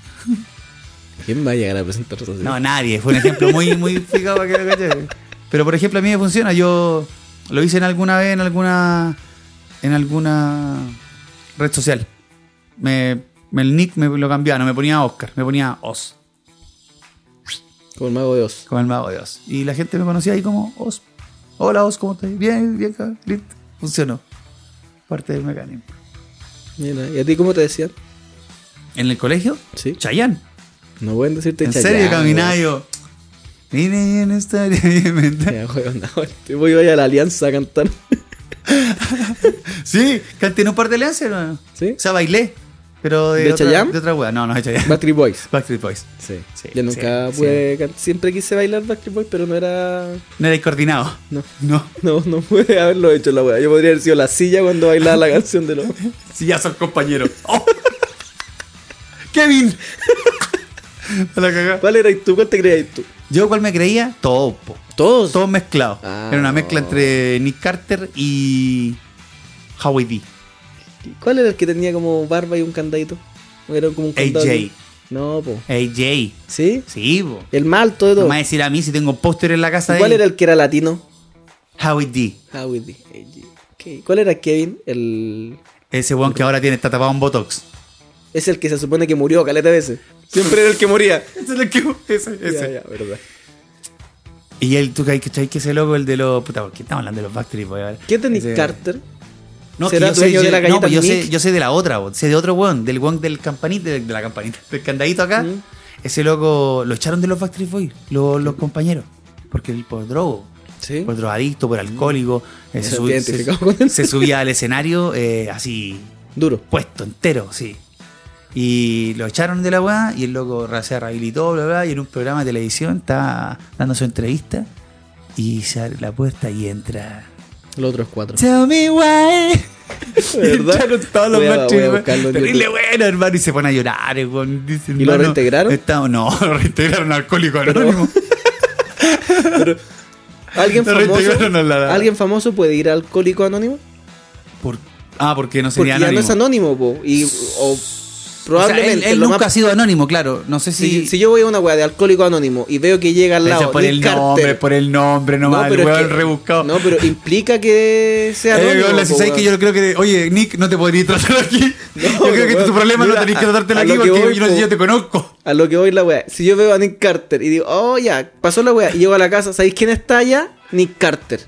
Speaker 5: ¿Quién va a llegar a presentarse así?
Speaker 6: No, nadie. Fue un ejemplo muy, muy picado para que lo caché. Pero por ejemplo, a mí me funciona. Yo lo hice en alguna vez, en alguna. en alguna red social. Me, me- el nick me lo cambiaba, no me ponía Oscar, me ponía Oz,
Speaker 5: Como el mago de Oz.
Speaker 6: como el mago de Oz. Y la gente me conocía ahí como Oz. Hola Oz, ¿cómo estás? Bien, bien, cabrón. listo. Funcionó. Parte del mecanismo.
Speaker 5: Mira, ¿y a ti cómo te decían?
Speaker 6: ¿En el colegio?
Speaker 5: Sí.
Speaker 6: Chayán.
Speaker 5: No pueden decirte
Speaker 6: En
Speaker 5: Chayanne.
Speaker 6: serio, caminaba
Speaker 5: weón.
Speaker 6: yo. Vine bien, estaría bien.
Speaker 5: Ya, weón, no, el tipo iba a ir a la alianza a cantar.
Speaker 6: Sí, canté en un par de alianzas, hermano.
Speaker 5: ¿Sí?
Speaker 6: O sea, bailé. Pero de,
Speaker 5: ¿De
Speaker 6: otra,
Speaker 5: Chayanne?
Speaker 6: de otra wea. No, no, de Chayanne.
Speaker 5: Backstreet Boys.
Speaker 6: Backstreet Boys.
Speaker 5: Sí.
Speaker 6: Sí,
Speaker 5: Yo nunca
Speaker 6: sí,
Speaker 5: pude can- Siempre quise bailar Backstreet Boys, pero no era.
Speaker 6: No era coordinado.
Speaker 5: No.
Speaker 6: No.
Speaker 5: No, no pude haberlo hecho la weá. Yo podría haber sido la silla cuando bailaba la canción de los.
Speaker 6: Sí, ya son compañeros. ¡Oh! ¡Kevin! A la cagá.
Speaker 5: ¿Cuál eras tú? ¿Cuál te creías tú?
Speaker 6: Yo cuál me creía, todo, po.
Speaker 5: Todos.
Speaker 6: Todo mezclado.
Speaker 5: Ah,
Speaker 6: era una mezcla
Speaker 5: no.
Speaker 6: entre Nick Carter y Howie D.
Speaker 5: ¿Cuál era el que tenía como barba y un candadito? ¿O Era como un candado.
Speaker 6: AJ.
Speaker 5: No, po.
Speaker 6: AJ.
Speaker 5: ¿Sí?
Speaker 6: Sí, po.
Speaker 5: El mal alto de
Speaker 6: No me
Speaker 5: todo.
Speaker 6: vas a decir a mí si tengo un póster en la casa
Speaker 5: ¿Cuál
Speaker 6: de él.
Speaker 5: era el que era latino? Ah,
Speaker 6: Howie D.
Speaker 5: Howie D. AJ. Ok. ¿Cuál era Kevin? El.
Speaker 6: Ese weón que ahora tiene, está tapado en Botox.
Speaker 5: Es el que se supone que murió caleta de veces. Siempre era el que moría.
Speaker 6: Ese es el que- ese, ese.
Speaker 5: Ya, ya, verdad.
Speaker 6: Y él, tú que que que ese loco, el de los. Puta, ¿por qué estamos hablando de los Backstreet Boys ahora?
Speaker 5: ¿Qué tenía
Speaker 6: Ese-
Speaker 5: Carter?
Speaker 6: No,
Speaker 5: ¿Será
Speaker 6: que yo
Speaker 5: dueño
Speaker 6: soy,
Speaker 5: de la
Speaker 6: no,
Speaker 5: galleta
Speaker 6: pues yo, sé,
Speaker 5: Mick?
Speaker 6: yo sé de la otra, bo, sé de otro weón, del weón del campanita, de, de la campanita, del candadito acá.
Speaker 5: Mm.
Speaker 6: Ese loco lo echaron de los Backstreet Boys, lo- los compañeros. Porque él por drogo,
Speaker 5: Sí.
Speaker 6: por drogadicto, por alcohólico, eh,
Speaker 5: Se
Speaker 6: se,
Speaker 5: había
Speaker 6: subi- se-
Speaker 5: identificado con él.
Speaker 6: se subía al escenario eh, así,
Speaker 5: Duro.
Speaker 6: puesto entero, sí. Y lo echaron de la weá y el loco ra- se rehabilitó, bla, bla, y en un programa de televisión está dando su entrevista y se abre la puerta y entra.
Speaker 5: Los otros cuatro.
Speaker 6: Tell me why.
Speaker 5: ¿De verdad?
Speaker 6: Y entraron todos los
Speaker 5: Voy a- voy a
Speaker 6: Backstreet Boys.
Speaker 5: buscarlo en
Speaker 6: Terrible
Speaker 5: YouTube.
Speaker 6: bueno, hermano, y se pone a llorar, eh, weón. Dice,
Speaker 5: ¿Y lo
Speaker 6: hermano,
Speaker 5: reintegraron?
Speaker 6: estamos- no, lo reintegraron a alcohólico anónimo.
Speaker 5: ¿Alguien
Speaker 6: Lo reintegraron a
Speaker 5: famoso?
Speaker 6: la-
Speaker 5: ¿Alguien famoso puede ir a Alcohólico Anónimo?
Speaker 6: Por- ah, porque no
Speaker 5: Porque
Speaker 6: sería
Speaker 5: ya no
Speaker 6: anónimo.
Speaker 5: es anónimo, po. Y, o probablemente.
Speaker 6: O sea, él- él
Speaker 5: lo
Speaker 6: nunca
Speaker 5: más-
Speaker 6: ha sido anónimo, claro. No sé si.
Speaker 5: si, si yo voy a una weá de Alcohólico Anónimo y veo que llega al
Speaker 6: Ese
Speaker 5: lado.
Speaker 6: por
Speaker 5: Nick
Speaker 6: el
Speaker 5: Carter,
Speaker 6: nombre, por el nombre nomás, el
Speaker 5: es
Speaker 6: weón
Speaker 5: que-
Speaker 6: rebuscado.
Speaker 5: No, pero implica que sea
Speaker 6: Eh,
Speaker 5: anónimo. po,
Speaker 6: hola, si sabes
Speaker 5: weón.
Speaker 6: que yo creo que, oye, Nick, no te podrías tratar aquí. yo creo que este es tu
Speaker 5: weón.
Speaker 6: problema, no
Speaker 5: Mira,
Speaker 6: tenés que
Speaker 5: a-
Speaker 6: tratártela
Speaker 5: a
Speaker 6: aquí
Speaker 5: lo que
Speaker 6: porque
Speaker 5: voy,
Speaker 6: yo,
Speaker 5: po.
Speaker 6: yo te conozco.
Speaker 5: A lo que voy la weá. Si yo veo a Nick Carter y digo, oh ya, pasó la weá, y llego a la casa, ¿sabéis quién está allá? Nick Carter.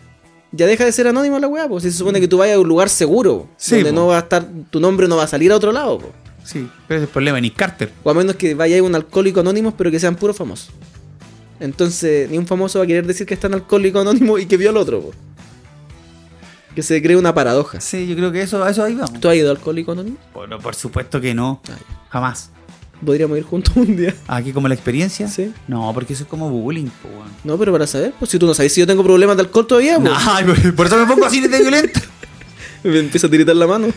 Speaker 5: ya deja de ser anónimo la weá, pues si se supone que tú vayas a un lugar seguro, po,
Speaker 6: Sí,
Speaker 5: donde
Speaker 6: po.
Speaker 5: no va a estar, tu nombre no va a salir a otro lado, po.
Speaker 6: Sí, pero ese es el problema, ni Carter.
Speaker 5: o a menos que vaya a un alcohólico anónimo, pero que sean puros famosos. Entonces, ni un famoso va a querer decir que está en alcohólico anónimo y que vio al otro, po. que se cree una paradoja.
Speaker 6: Sí, yo creo que eso, a eso ahí vamos.
Speaker 5: ¿Tú has ido a alcohólico anónimo?
Speaker 6: Bueno, Oh, por supuesto que no. Jamás.
Speaker 5: Podríamos ir juntos un día.
Speaker 6: Aquí como la experiencia.
Speaker 5: Sí.
Speaker 6: No, porque eso es como bullying, po, weón.
Speaker 5: No, pero para saber, pues si tú no sabes si yo tengo problemas de alcohol todavía, pues,
Speaker 6: Ay, por- por eso me pongo así de violento.
Speaker 5: me empieza a tiritar la mano.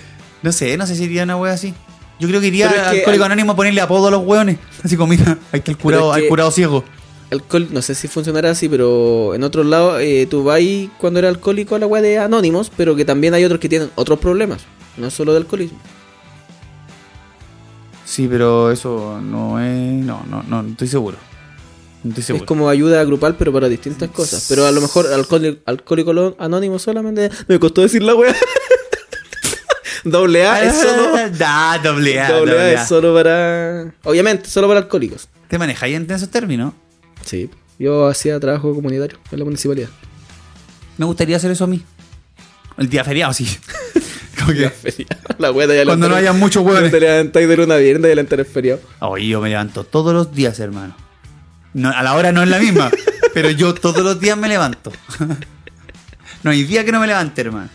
Speaker 6: No sé, no sé si iría a una wea así. Yo creo que iría
Speaker 5: Pero es
Speaker 6: al
Speaker 5: que
Speaker 6: Alcohólico
Speaker 5: al-
Speaker 6: Anónimo a ponerle apodo a los hueones. Así como, mira, hay que el curado,
Speaker 5: es
Speaker 6: al
Speaker 5: que-
Speaker 6: curado ciego.
Speaker 5: Alcohol, no sé si funcionará así, pero en otros lados eh, tú vas ahí cuando eres alcohólico a la weá de anónimos, pero que también hay otros que tienen otros problemas, no solo de alcoholismo.
Speaker 6: Sí, pero eso no es. No, no, no, no estoy seguro. No estoy seguro.
Speaker 5: Es como ayuda grupal, pero para distintas cosas. Pero a lo mejor alcohólico, alcohólico lo- anónimo solamente me costó decir la weá. doble A es solo.
Speaker 6: Da, doble A,
Speaker 5: Ah, doble A
Speaker 6: doble A.
Speaker 5: es solo para. Obviamente, solo para alcohólicos.
Speaker 6: Te manejáis en esos términos.
Speaker 5: Sí. Yo hacía trabajo comunitario en la municipalidad.
Speaker 6: Me gustaría hacer eso a mí. El día feriado, sí. Como que-
Speaker 5: la weá de allá
Speaker 6: Cuando no
Speaker 5: levantar-
Speaker 6: haya muchos hueones.
Speaker 5: Te levantáis de luna a viernes y adelantar el feriado.
Speaker 6: Oye, yo me levanto todos los días, hermano. No, a la hora no es la misma, pero yo todos los días me levanto. no hay día que no me levante, hermano.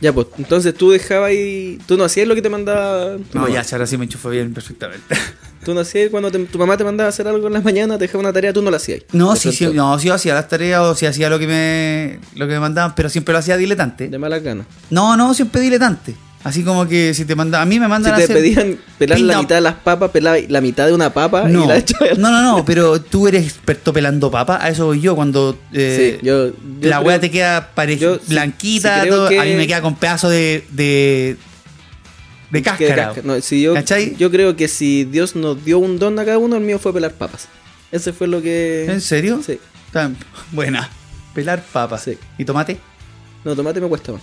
Speaker 5: Ya, pues, entonces tú dejabas ahí. Tú no hacías lo que te mandaba. tu
Speaker 6: No,
Speaker 5: mamá.
Speaker 6: ya, si ahora sí me enchufo bien perfectamente.
Speaker 5: Tú no hacías cuando te- tu mamá te mandaba a hacer algo en las mañanas, te dejaba una tarea, tú no la hacías.
Speaker 6: No,
Speaker 5: De
Speaker 6: sí, sí,
Speaker 5: pronto,
Speaker 6: no, sí hacía las tareas o sí hacía lo que me lo que me mandaban, pero siempre lo hacía
Speaker 5: De
Speaker 6: diletante.
Speaker 5: malas ganas.
Speaker 6: No, no, siempre diletante. Así como que si te mandan, a mí me
Speaker 5: Si
Speaker 6: mandan a
Speaker 5: te
Speaker 6: hacer
Speaker 5: pedían pelar la
Speaker 6: pinta-
Speaker 5: mitad de las papas, pelaba la mitad de una papa
Speaker 6: No,
Speaker 5: y la echabas.
Speaker 6: no, no, no, pero tú eres experto pelando papa, a eso voy yo cuando eh,
Speaker 5: Sí, yo- yo
Speaker 6: la
Speaker 5: creo-
Speaker 6: wea te queda pareja,
Speaker 5: yo sí-
Speaker 6: blanquita,
Speaker 5: sí creo
Speaker 6: todo,
Speaker 5: que-
Speaker 6: a mí me queda con pedazo de de, de
Speaker 5: Que de
Speaker 6: cáscara.
Speaker 5: casca- no, si yo,
Speaker 6: ¿Cachai?
Speaker 5: yo creo que si Dios nos dio un don a cada uno, el mío fue pelar papas. Ese fue lo que.
Speaker 6: ¿En serio?
Speaker 5: Sí.
Speaker 6: Tan- buena. Pelar papa.
Speaker 5: Sí.
Speaker 6: ¿Y tomate?
Speaker 5: No, tomate me cuesta más.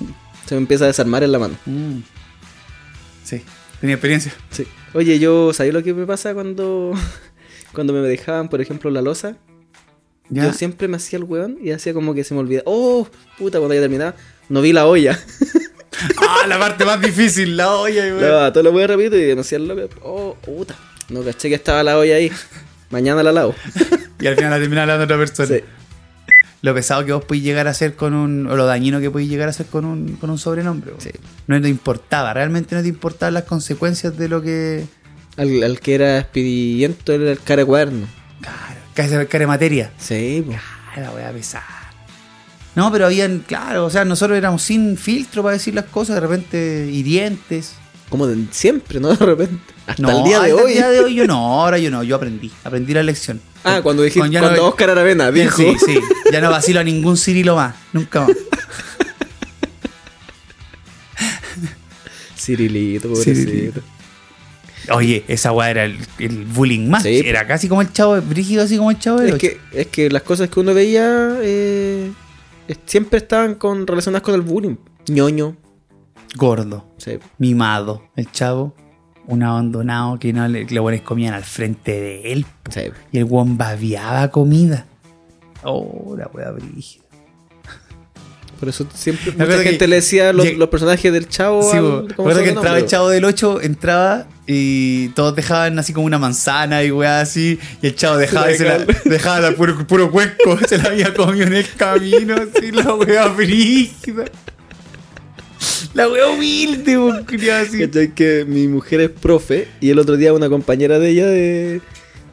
Speaker 5: Se me empieza a desarmar en la mano.
Speaker 6: Mm. Sí, tenía experiencia.
Speaker 5: Sí. Oye, yo, ¿sabes lo que me pasa cuando, cuando me dejaban, por ejemplo, la losa?
Speaker 6: ¿Ya?
Speaker 5: Yo siempre me hacía el weón y hacía como que se me olvidaba. ¡Oh! Puta, cuando ya terminaba, no vi la olla.
Speaker 6: Ah, la parte más difícil, la olla, güey.
Speaker 5: Lavaba todo lo weón rápido y me hacía el loco. ¡Oh! Puta. No caché que estaba la olla ahí. Mañana la lavo.
Speaker 6: Y al final la termina hablando otra persona.
Speaker 5: Sí.
Speaker 6: Lo pesado que vos podéis llegar a ser con un. O lo dañino que podéis llegar a ser con un, con un sobrenombre. güey. No te importaba, realmente no te importaban las consecuencias de lo que.
Speaker 5: Al, al que era expediento era el cara de cuaderno.
Speaker 6: Claro, cara cara de materia.
Speaker 5: Sí, po.
Speaker 6: Ah, la voy a pesar. No, pero habían, claro, o sea, nosotros éramos sin filtro para decir las cosas, de repente hirientes.
Speaker 5: Como de siempre, ¿no? De repente. Hasta
Speaker 6: No,
Speaker 5: el día de
Speaker 6: hasta
Speaker 5: hoy.
Speaker 6: El día de hoy yo no, ahora yo no, yo aprendí, aprendí la lección.
Speaker 5: Ah, cuando
Speaker 6: dije
Speaker 5: dijiste, cuando Oscar Aravena dijo.
Speaker 6: Sí, sí. Ya no vacilo a ningún Cirilo más. Nunca más.
Speaker 5: Cirilito, pobrecito.
Speaker 6: Cirilito. Oye, esa weá era el, el bullying más.
Speaker 5: Sí.
Speaker 6: Era casi como el chavo, brígido así como el chavo. del
Speaker 5: Es
Speaker 6: Ocho.
Speaker 5: que, es que las cosas que uno veía eh, es- siempre estaban con, relacionadas con el bullying. Ñoño.
Speaker 6: Gordo,
Speaker 5: Sí.
Speaker 6: mimado. El chavo, un abandonado que no le, que los buenos comían al frente de él.
Speaker 5: Sí.
Speaker 6: Y el guan babiaba comida. Oh, la weá brígida.
Speaker 5: Por eso siempre
Speaker 6: Me
Speaker 5: mucha
Speaker 6: acuerdo
Speaker 5: gente
Speaker 6: que
Speaker 5: le decía los,
Speaker 6: lleg-
Speaker 5: los personajes del chavo.
Speaker 6: Sí,
Speaker 5: al-
Speaker 6: bo.
Speaker 5: como
Speaker 6: Recuerdo que
Speaker 5: sobrenombre,
Speaker 6: entraba
Speaker 5: bo.
Speaker 6: el chavo del 8, entraba y todos dejaban así como una manzana y weá así. Y el chavo dejaba y se la, dejaba la puro, puro cuenco. Se la había comido en el camino, así la weá frígida. La weá humilde, bo, culiao, así.
Speaker 5: ¿Cachai? Que mi mujer es profe y el otro día una compañera de ella de,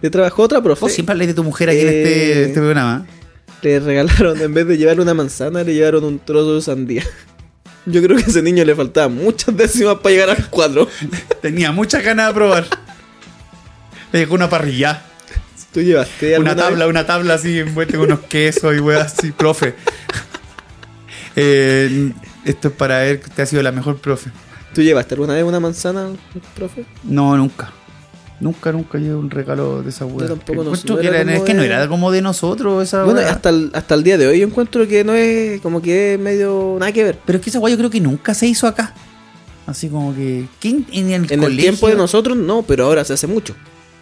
Speaker 5: de trabajo, otra profe,
Speaker 6: Vos siempre habláis de tu mujer aquí en
Speaker 5: Eh,
Speaker 6: este, este programa. ¿eh?
Speaker 5: le regalaron, en vez de llevarle una manzana, le llevaron un trozo de sandía. Yo creo que a ese niño le faltaban muchas décimas para llegar al cuadro.
Speaker 6: Tenía muchas ganas de probar. Le dejó una parrilla.
Speaker 5: Tú llevaste
Speaker 6: Una
Speaker 5: alguna
Speaker 6: tabla,
Speaker 5: vez-
Speaker 6: una tabla así envuelta con unos quesos y weas así, profe. Eh, esto es para ver que usted ha sido la mejor profe.
Speaker 5: ¿Tú llevaste alguna vez una manzana, profe?
Speaker 6: No, nunca. Nunca, nunca llevo un regalo de esa wea.
Speaker 5: Yo tampoco no-
Speaker 6: Encuentro
Speaker 5: no
Speaker 6: que
Speaker 5: era
Speaker 6: era-
Speaker 5: como
Speaker 6: es que no
Speaker 5: de-
Speaker 6: era como de nosotros esa
Speaker 5: Bueno,
Speaker 6: wea.
Speaker 5: hasta el, hasta el día de hoy yo encuentro que no es como que es medio nada que ver.
Speaker 6: Pero es que esa wea yo creo que nunca se hizo acá. Así como que. ¿quién en el,
Speaker 5: En el
Speaker 6: colegio?
Speaker 5: tiempo de nosotros no, pero ahora se hace mucho.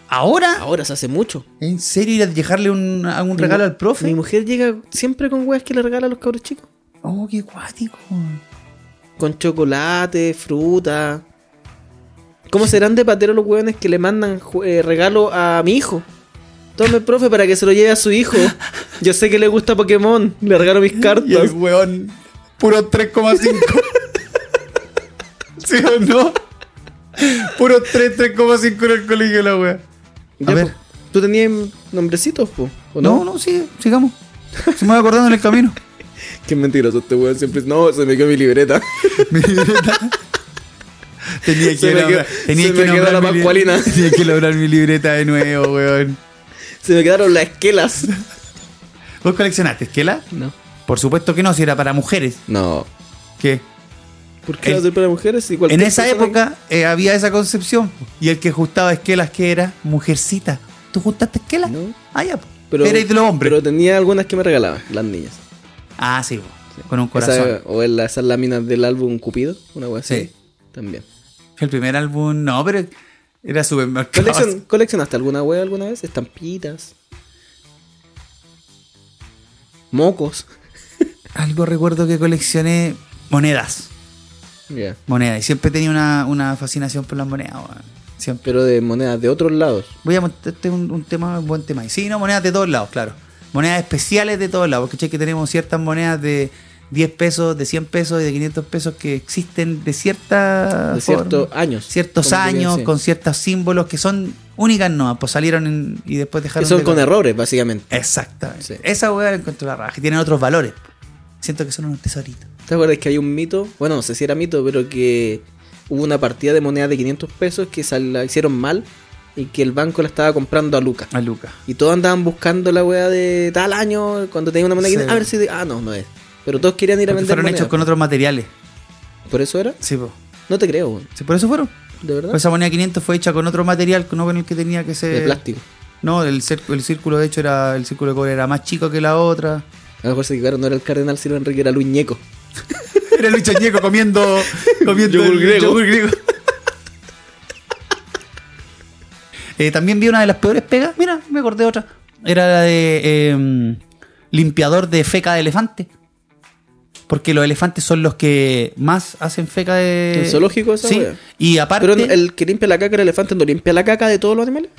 Speaker 6: ¿Ahora?
Speaker 5: Ahora se hace mucho.
Speaker 6: ¿En serio ir a dejarle un, algún
Speaker 5: Mi
Speaker 6: regalo
Speaker 5: mu-
Speaker 6: al profe?
Speaker 5: Mi mujer llega siempre con weas que le regala a los cabros chicos.
Speaker 6: Ay, Oh, qué cuático.
Speaker 5: Con chocolate, fruta. ¿Cómo serán de patero los hueones que le mandan ju- eh, regalo a mi hijo? Tome, profe, para que se lo lleve a su hijo. Yo sé que le gusta Pokémon. Le regalo mis
Speaker 6: Y el
Speaker 5: cartas.
Speaker 6: weón, puro 3,5. ¿Sí o no? Puro 3, 3,5 en el colegio, la wea.
Speaker 5: Ya,
Speaker 6: A ver.
Speaker 5: po. ¿Tú tenías nombrecitos, po? ¿O
Speaker 6: No, no, sigue, sigamos. Se me va acordando en el camino.
Speaker 5: Qué mentiroso este weón siempre. No, se me quedó mi libreta.
Speaker 6: Mi libreta. Tenía
Speaker 5: Se
Speaker 6: que,
Speaker 5: me
Speaker 6: nombrar-
Speaker 5: quedó-
Speaker 6: tenía
Speaker 5: se
Speaker 6: que
Speaker 5: me quedó
Speaker 6: nombrar
Speaker 5: la
Speaker 6: mi li-
Speaker 5: Pascualina.
Speaker 6: Tenía que lograr mi libreta de nuevo, weón.
Speaker 5: Se me quedaron las esquelas.
Speaker 6: ¿Vos coleccionaste esquela?
Speaker 5: No.
Speaker 6: Por supuesto que no, si era para mujeres.
Speaker 5: No.
Speaker 6: ¿Qué?
Speaker 5: ¿Por qué
Speaker 6: En-
Speaker 5: va a ser para mujeres? Y cualquier
Speaker 6: En esa
Speaker 5: persona
Speaker 6: época eh, había esa concepción. Y el que justaba esquelas, que era? Mujercita. ¿Tú gustaste esquelas?
Speaker 5: No.
Speaker 6: Ah, ya. po.
Speaker 5: Pero,
Speaker 6: Erais de los hombres.
Speaker 5: Pero tenía algunas que me regalaban, las niñas.
Speaker 6: Ah, sí, po. Con un
Speaker 5: Esa-
Speaker 6: corazón.
Speaker 5: o en la- esas láminas del álbum Cupido, una wea así.
Speaker 6: Sí.
Speaker 5: También.
Speaker 6: Fue el primer álbum. No, pero era supermercado.
Speaker 5: Coleccion- ¿Coleccionaste alguna wea alguna vez? Estampitas. Mocos.
Speaker 6: Algo recuerdo que coleccioné monedas.
Speaker 5: Ya.
Speaker 6: Monedas. Y siempre tenía una, una fascinación por las monedas, weón. Siempre.
Speaker 5: Pero de monedas de otros lados.
Speaker 6: Voy a mostrarte un, un tema, un buen tema. Y sí, no, monedas de todos lados, claro. Monedas especiales de todos lados. Porque che, que tenemos ciertas monedas de 10 pesos, de 100 pesos y de 500 pesos que existen de cierta
Speaker 5: De ciertos
Speaker 6: forma,
Speaker 5: años.
Speaker 6: Ciertos
Speaker 5: Como que
Speaker 6: años,
Speaker 5: sí.
Speaker 6: con ciertos símbolos que son únicas, no, pues salieron en- y después
Speaker 5: Que
Speaker 6: dejaron.
Speaker 5: son
Speaker 6: de-
Speaker 5: con errores, básicamente.
Speaker 6: Exactamente.
Speaker 5: Sí.
Speaker 6: Esa weá la encuentro la raja. Y tienen otros valores. Siento que son unos tesoritos.
Speaker 5: ¿Te acuerdas que hay un mito? Bueno, no sé si era mito, pero que hubo una partida de monedas de 500 pesos que sal- la hicieron mal y que el banco la estaba comprando a Lucas.
Speaker 6: A Luca.
Speaker 5: Y todos andaban buscando la weá de tal año, cuando tenía una moneda. de
Speaker 6: Sí.
Speaker 5: 500, A ver si. de- Ah, no, no es. Pero todos querían ir a
Speaker 6: Porque
Speaker 5: vender
Speaker 6: fueron
Speaker 5: monedas.
Speaker 6: hechos con otros materiales.
Speaker 5: ¿Por eso era?
Speaker 6: Sí, po.
Speaker 5: No te creo, weón.
Speaker 6: Sí, por eso fueron.
Speaker 5: ¿De verdad?
Speaker 6: Pues eh, esa moneda 500 fue hecha con otro material, no con el que tenía que ser.
Speaker 5: De plástico.
Speaker 6: No, el, cer- el círculo de hecho era el círculo de cobre era más chico que la otra.
Speaker 5: A lo mejor se equivocaron, no era el cardenal Silva Enrique, era Luis Ñeco.
Speaker 6: Era Luis Ñeco comiendo, comiendo
Speaker 5: Yogur
Speaker 6: el
Speaker 5: griego.
Speaker 6: yogur griego. Eh, también vi una de las peores pegas. Mira, me acordé de otra. Era la de eh, limpiador de feca de elefante. Porque los elefantes son los que más hacen feca de.
Speaker 5: ¿El zoológico esa
Speaker 6: Sí.
Speaker 5: wea?
Speaker 6: Y aparte.
Speaker 5: Pero el que limpia la caca del elefante no limpia la caca de todos los animales.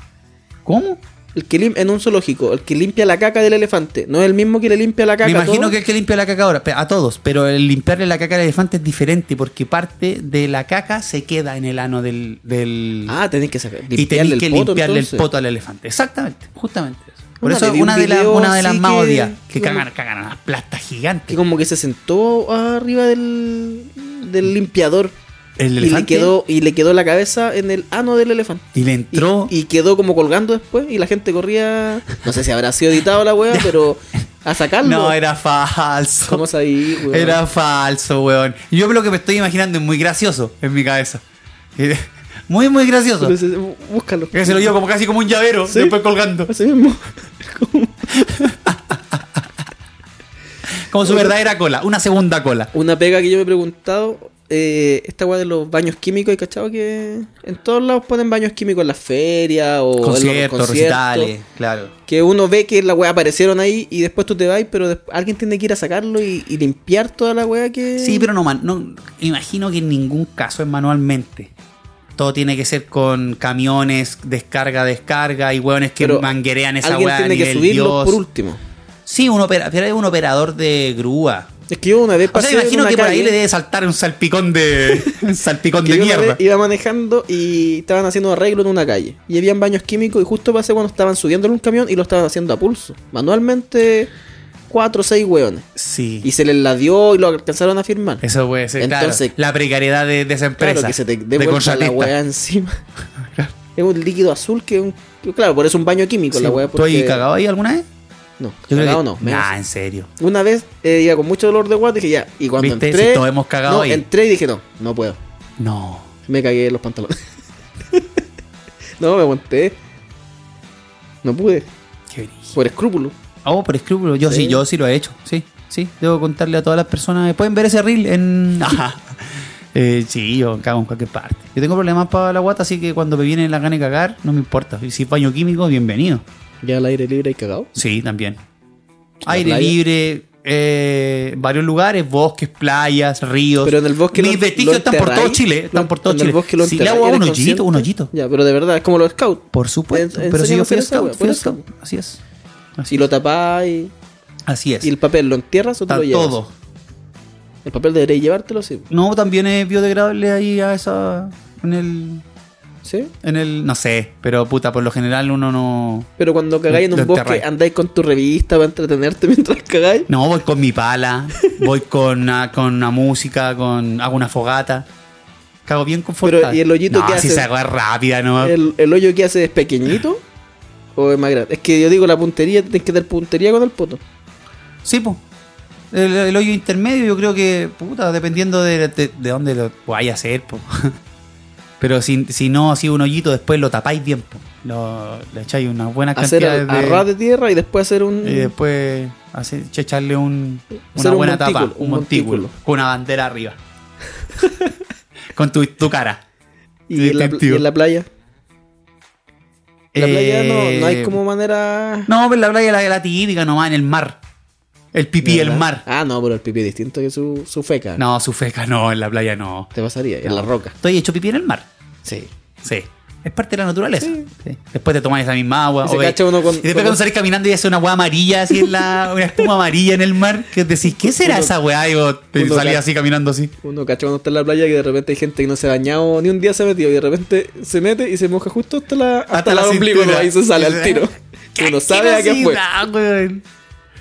Speaker 6: ¿Cómo?
Speaker 5: El que lim- en un zoológico, el que limpia la caca del elefante, no es el mismo que le limpia la caca
Speaker 6: Me
Speaker 5: a
Speaker 6: imagino
Speaker 5: todos?
Speaker 6: que el que limpia la caca ahora, pe- a todos, pero el limpiarle la caca al elefante es diferente porque parte de la caca se queda en el ano del. del
Speaker 5: Ah, tenés que sacar.
Speaker 6: y tenés que limpiarle
Speaker 5: entonces.
Speaker 6: el poto al elefante. Exactamente, justamente eso. Por
Speaker 5: Una
Speaker 6: eso
Speaker 5: vez vi
Speaker 6: una
Speaker 5: un
Speaker 6: de, la-
Speaker 5: video
Speaker 6: una de las
Speaker 5: así
Speaker 6: más
Speaker 5: que-
Speaker 6: odias, que
Speaker 5: que
Speaker 6: cagan,
Speaker 5: como-
Speaker 6: cagan a las plastas
Speaker 5: Que
Speaker 6: gigantes.
Speaker 5: como que se sentó arriba del, del limpiador.
Speaker 6: El
Speaker 5: Y le,
Speaker 6: elefante.
Speaker 5: quedó, y le quedó la cabeza en el ano del elefante.
Speaker 6: y le
Speaker 5: Y,
Speaker 6: entró.
Speaker 5: y quedó como colgando después y la gente corría. No sé si habrá sido editado la wea, pero a sacarlo.
Speaker 6: no, era falso.
Speaker 5: ¿Cómo es ahí, weón?
Speaker 6: Era falso, weón. Yo lo que me estoy imaginando es muy gracioso en mi cabeza. Muy, muy gracioso.
Speaker 5: Entonces, bú- búscalo.
Speaker 6: Que se lo llevo como casi como un llavero,
Speaker 5: Sí. Pues,
Speaker 6: después colgando.
Speaker 5: Así mismo.
Speaker 6: Como su verdadera cola, una segunda cola.
Speaker 5: Una pega que yo me he preguntado, eh, esta weá de los baños químicos, y cachado que en todos lados ponen baños químicos en las ferias o en los
Speaker 6: Conciertos,
Speaker 5: conciertos.
Speaker 6: recitales, claro.
Speaker 5: Que uno ve que la weá aparecieron ahí y después tú te vas, pero des- alguien tiene que ir a sacarlo y, y limpiar toda la weá que.
Speaker 6: Sí, pero no, man- no imagino que en ningún caso es manualmente. Todo tiene que ser con camiones, descarga, descarga y hueones que
Speaker 5: Pero
Speaker 6: manguerean esa
Speaker 5: Alguien
Speaker 6: hueá a
Speaker 5: tiene que
Speaker 6: nivel
Speaker 5: subirlo
Speaker 6: Dios.
Speaker 5: por último.
Speaker 6: Sí, un opera- pero hay un operador de grúa.
Speaker 5: Es que yo una vez
Speaker 6: O sea,
Speaker 5: pasé.
Speaker 6: imagino
Speaker 5: una
Speaker 6: que por ahí
Speaker 5: calle-
Speaker 6: le debe saltar un salpicón de un salpicón
Speaker 5: que
Speaker 6: de
Speaker 5: yo una vez
Speaker 6: mierda.
Speaker 5: iba manejando y estaban haciendo arreglo en una calle. Y habían baños químicos y justo pasé cuando estaban subiendo en un camión y lo estaban haciendo a pulso. Manualmente, cuatro o seis weones. Y
Speaker 6: Sí,
Speaker 5: se les la dio y lo alcanzaron a firmar.
Speaker 6: eso puede ser.
Speaker 5: Entonces-
Speaker 6: claro, la precariedad de, de esa empresa.
Speaker 5: claro que se te
Speaker 6: de
Speaker 5: devuelva la
Speaker 6: contratista.
Speaker 5: weá encima. es un líquido azul que es un... que- Claro, por eso un baño químico
Speaker 6: Sí,
Speaker 5: la weá.
Speaker 6: ¿Tú ahí
Speaker 5: porque-
Speaker 6: cagado ahí alguna vez?
Speaker 5: No,
Speaker 6: Yo creo
Speaker 5: cagado
Speaker 6: que-
Speaker 5: no. menos.
Speaker 6: Nah, en serio.
Speaker 5: Una vez, eh, ya con mucho dolor de guata, dije ya. Y cuando
Speaker 6: ¿Viste?
Speaker 5: entré...
Speaker 6: Si todos hemos cagado
Speaker 5: no,
Speaker 6: ahí.
Speaker 5: entré y dije no, no puedo.
Speaker 6: No.
Speaker 5: Me cagué en los pantalones. no, me aguanté. No pude.
Speaker 6: Qué brillo.
Speaker 5: Por escrúpulo.
Speaker 6: Oh, por escrúpulo. Yo sí.
Speaker 5: Sí.
Speaker 6: yo sí lo he hecho. Sí, sí. Debo contarle a todas las personas. eh, Pueden ver ese reel en. Ajá. Eh, sí, yo cago en cualquier parte. Yo tengo problemas para la guata, así que cuando me vienen las ganas de cagar, no me importa. Y si es baño químico, bienvenido.
Speaker 5: Ya al aire libre y cagado.
Speaker 6: Sí, también. Aire
Speaker 5: playa?
Speaker 6: libre, eh, varios lugares, bosques, playas, ríos.
Speaker 5: Pero en el bosque
Speaker 6: Mis
Speaker 5: lo-
Speaker 6: vestigios
Speaker 5: lo
Speaker 6: están por todo
Speaker 5: enterráis,
Speaker 6: Chile.
Speaker 5: lo-
Speaker 6: Están por todo
Speaker 5: en el
Speaker 6: Chile.
Speaker 5: bosque lo
Speaker 6: Si le
Speaker 5: enterráis,
Speaker 6: hago a
Speaker 5: ¿eres
Speaker 6: un hoyito, un
Speaker 5: consciente?
Speaker 6: hoyito.
Speaker 5: Ya, pero de verdad, es como los scouts.
Speaker 6: Por supuesto.
Speaker 5: En- en
Speaker 6: pero si
Speaker 5: serio
Speaker 6: yo fui
Speaker 5: hacer esa
Speaker 6: scout,
Speaker 5: wea,
Speaker 6: fui
Speaker 5: por
Speaker 6: scout.
Speaker 5: eso.
Speaker 6: Así es.
Speaker 5: Si lo tapáis
Speaker 6: Así es.
Speaker 5: y el papel lo entierras o te
Speaker 6: Está
Speaker 5: lo llevas.
Speaker 6: todo.
Speaker 5: El papel deberéis llevártelo, sí.
Speaker 6: No, también es biodegradable ahí a esa. En el.
Speaker 5: ¿Sí?
Speaker 6: En el. No sé, pero puta, por lo general uno no.
Speaker 5: Pero cuando cagáis en
Speaker 6: Lo
Speaker 5: un bosque,
Speaker 6: enterráis.
Speaker 5: andáis con tu revista para entretenerte mientras cagáis.
Speaker 6: No, voy con mi pala, voy con una, con una música, con hago una fogata. Cago bien confortable.
Speaker 5: Pero, ¿y el hoyito
Speaker 6: no,
Speaker 5: qué
Speaker 6: si
Speaker 5: haces?
Speaker 6: se hago es rápida, ¿no?
Speaker 5: ¿El, el hoyo que haces es pequeñito o es más grande? Es que yo digo la puntería, tienes que dar puntería con el poto.
Speaker 6: Sí, pues. El, el hoyo intermedio yo creo que, puta, dependiendo de, de, de dónde lo vaya a hacer, po. Pero si, si no, así un hoyito, después lo tapáis bien, po. Lo, le echáis una buena
Speaker 5: Hacer
Speaker 6: cantidad
Speaker 5: al- arras de tierra y después hacer un.
Speaker 6: Y después hacer, echarle un,
Speaker 5: Hacer
Speaker 6: una
Speaker 5: Mm. un
Speaker 6: buena
Speaker 5: montículo,
Speaker 6: tapa,
Speaker 5: un
Speaker 6: un montículo,
Speaker 5: montículo.
Speaker 6: con una bandera arriba. con tu, tu cara.
Speaker 5: y, en la, pl- y en la playa. En la playa no, no hay
Speaker 6: Eh,
Speaker 5: como manera.
Speaker 6: No, pero la playa la, la típica nomás, en el mar. El pipí, el
Speaker 5: ¿Verdad?
Speaker 6: mar.
Speaker 5: Ah, no, pero el pipí es distinto que su, su feca.
Speaker 6: No, su feca no, en la playa no.
Speaker 5: Te pasaría, en la roca.
Speaker 6: Estoy hecho pipí en el mar.
Speaker 5: Sí.
Speaker 6: Sí. Es parte de la naturaleza. Sí. Después te tomas esa misma agua.
Speaker 5: Y se
Speaker 6: o ve-
Speaker 5: cacha uno con-
Speaker 6: y después
Speaker 5: con-
Speaker 6: cuando salís caminando y hace una agua amarilla así en la. una espuma amarilla en el mar. Que decís, ¿qué será
Speaker 5: Uno-
Speaker 6: esa weá? Y vos te
Speaker 5: uno
Speaker 6: salís
Speaker 5: ca-
Speaker 6: así caminando así.
Speaker 5: Uno cacha cuando está en la playa que de repente hay gente que no se ha bañado, ni un día se ha metido, y de repente se mete y se moja justo hasta la hasta,
Speaker 6: Hasta
Speaker 5: el
Speaker 6: la
Speaker 5: ombligo,
Speaker 6: cintura.
Speaker 5: ¿no? ahí se sale al tiro.
Speaker 6: ¡Qué
Speaker 5: uno sabe a qué fue.
Speaker 6: asquerosidad, weón!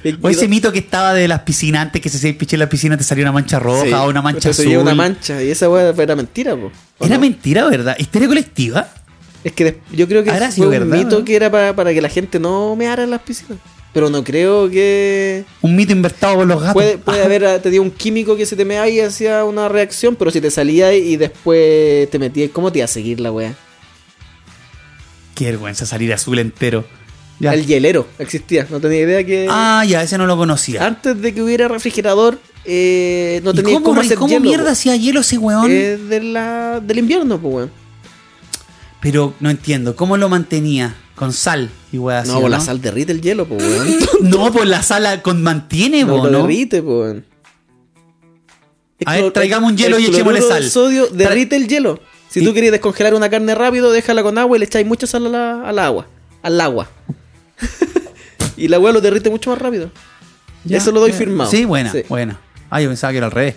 Speaker 5: Y-
Speaker 6: O
Speaker 5: y-
Speaker 6: ese mito que estaba de las piscinas antes que se se piche en la piscina te salía una mancha roja
Speaker 5: Sí,
Speaker 6: o una mancha
Speaker 5: usted se
Speaker 6: azul.
Speaker 5: lleva una mancha y esa weá era mentira, po. ¿o
Speaker 6: Era
Speaker 5: no?
Speaker 6: mentira, ¿verdad? ¿Histeria colectiva?
Speaker 5: Es que des- yo creo que
Speaker 6: Habrá
Speaker 5: fue
Speaker 6: sido
Speaker 5: un
Speaker 6: verdad,
Speaker 5: mito
Speaker 6: ¿no?
Speaker 5: que era para, para que la gente no meara en las piscinas. Pero no creo que.
Speaker 6: Un mito invertido por los gatos.
Speaker 5: Puede, puede haber ah, te dio un químico que se te meaba y hacía una reacción, pero si te salía y después te metías, ¿cómo te iba a seguir la weá?
Speaker 6: Qué vergüenza salir azul entero. Ya.
Speaker 5: El hielero existía, no tenía idea que.
Speaker 6: Ah, ya, ese no lo conocía.
Speaker 5: Antes de que hubiera refrigerador, eh, no
Speaker 6: ¿Y
Speaker 5: tenía
Speaker 6: cómo,
Speaker 5: cómo
Speaker 6: y
Speaker 5: hacer
Speaker 6: cómo
Speaker 5: hielo,
Speaker 6: mierda
Speaker 5: po. Eh,
Speaker 6: hacía hielo ese weón?
Speaker 5: Es de la, del invierno, pues, weón.
Speaker 6: Pero no entiendo, ¿cómo lo mantenía? Con sal y weá así.
Speaker 5: No, pues la sal derrite el hielo, pues, weón.
Speaker 6: No, pues la sal la con mantiene,
Speaker 5: No,
Speaker 6: po,
Speaker 5: lo
Speaker 6: ¿no?
Speaker 5: derrite, po, weón.
Speaker 6: A
Speaker 5: Es
Speaker 6: ver,
Speaker 5: clor-
Speaker 6: traigamos un
Speaker 5: el-
Speaker 6: hielo
Speaker 5: el
Speaker 6: y echémosle
Speaker 5: cloruro
Speaker 6: sal.
Speaker 5: de sodio
Speaker 6: Tra-
Speaker 5: derrite el hielo. Si
Speaker 6: Y-
Speaker 5: tú querías descongelar una carne rápido, déjala con agua y le echáis mucha sal a la- al agua. Al agua. y la agua lo derrite mucho más rápido.
Speaker 6: Ya,
Speaker 5: Eso lo doy
Speaker 6: ya.
Speaker 5: firmado.
Speaker 6: Sí, buena,
Speaker 5: Sí.
Speaker 6: buena. Ah, yo pensaba que era al revés.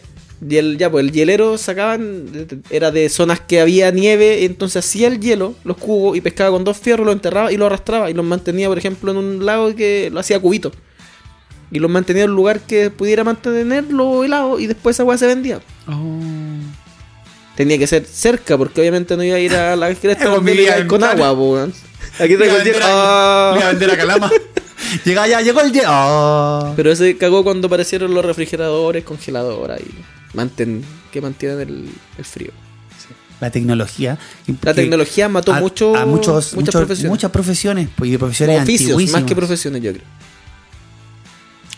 Speaker 5: Y el, ya, pues el hielero sacaban, era de zonas que había nieve, entonces hacía el hielo, los cubos, y pescaba con dos fierros, lo enterraba y lo arrastraba, y los mantenía, por ejemplo, en un lago que lo hacía cubito. Y los mantenía en un lugar que pudiera mantenerlo helado, y después esa agua se vendía. Oh. Tenía que ser cerca, porque obviamente no iba a ir a la cresta
Speaker 6: Con
Speaker 5: donde
Speaker 6: mi
Speaker 5: le iba a ir
Speaker 6: vida
Speaker 5: con
Speaker 6: en
Speaker 5: agua,
Speaker 6: cara.
Speaker 5: po, weón. Aquí traigo el hielo. Ah.
Speaker 6: la calama. Llega ya, llegó el hielo. Ah.
Speaker 5: Pero ese cagó cuando aparecieron los refrigeradores, congeladoras, y manten, que mantienen el, el frío.
Speaker 6: La tecnología.
Speaker 5: La tecnología mató
Speaker 6: a-
Speaker 5: mucho-
Speaker 6: a
Speaker 5: muchas
Speaker 6: muchos, muchas profesiones.
Speaker 5: profesiones.
Speaker 6: Muchas profesiones. Pues, y
Speaker 5: Oficios,
Speaker 6: profesiones
Speaker 5: más
Speaker 6: antiguísimas.
Speaker 5: que profesiones, yo creo.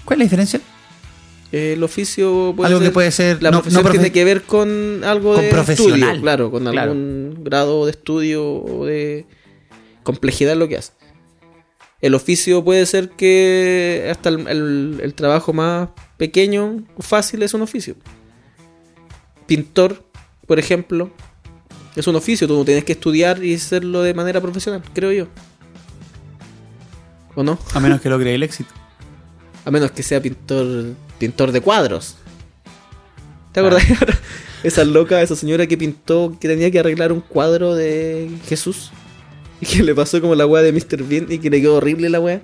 Speaker 6: ¿Cuál es la diferencia?
Speaker 5: El oficio puede
Speaker 6: Algo que
Speaker 5: ser,
Speaker 6: puede ser
Speaker 5: la
Speaker 6: no-
Speaker 5: profesión
Speaker 6: no profe-
Speaker 5: tiene que ver con algo
Speaker 6: Con
Speaker 5: de
Speaker 6: profesional.
Speaker 5: estudio, claro, con
Speaker 6: Claro.
Speaker 5: algún grado de estudio o de complejidad en lo que hace. El oficio puede ser que hasta el, el- el trabajo más pequeño, fácil, es un oficio. Pintor, por ejemplo, es un oficio, tú no tienes que estudiar y hacerlo de manera profesional, creo yo. ¿O no?
Speaker 6: A menos que logre el éxito.
Speaker 5: A menos que sea pintor pintor de cuadros. ¿Te acordás?
Speaker 6: Ah.
Speaker 5: Esa loca, esa señora que pintó, que tenía que arreglar un cuadro de Jesús. Y que le pasó como la weá de Mr. Bean y que le quedó horrible la weá.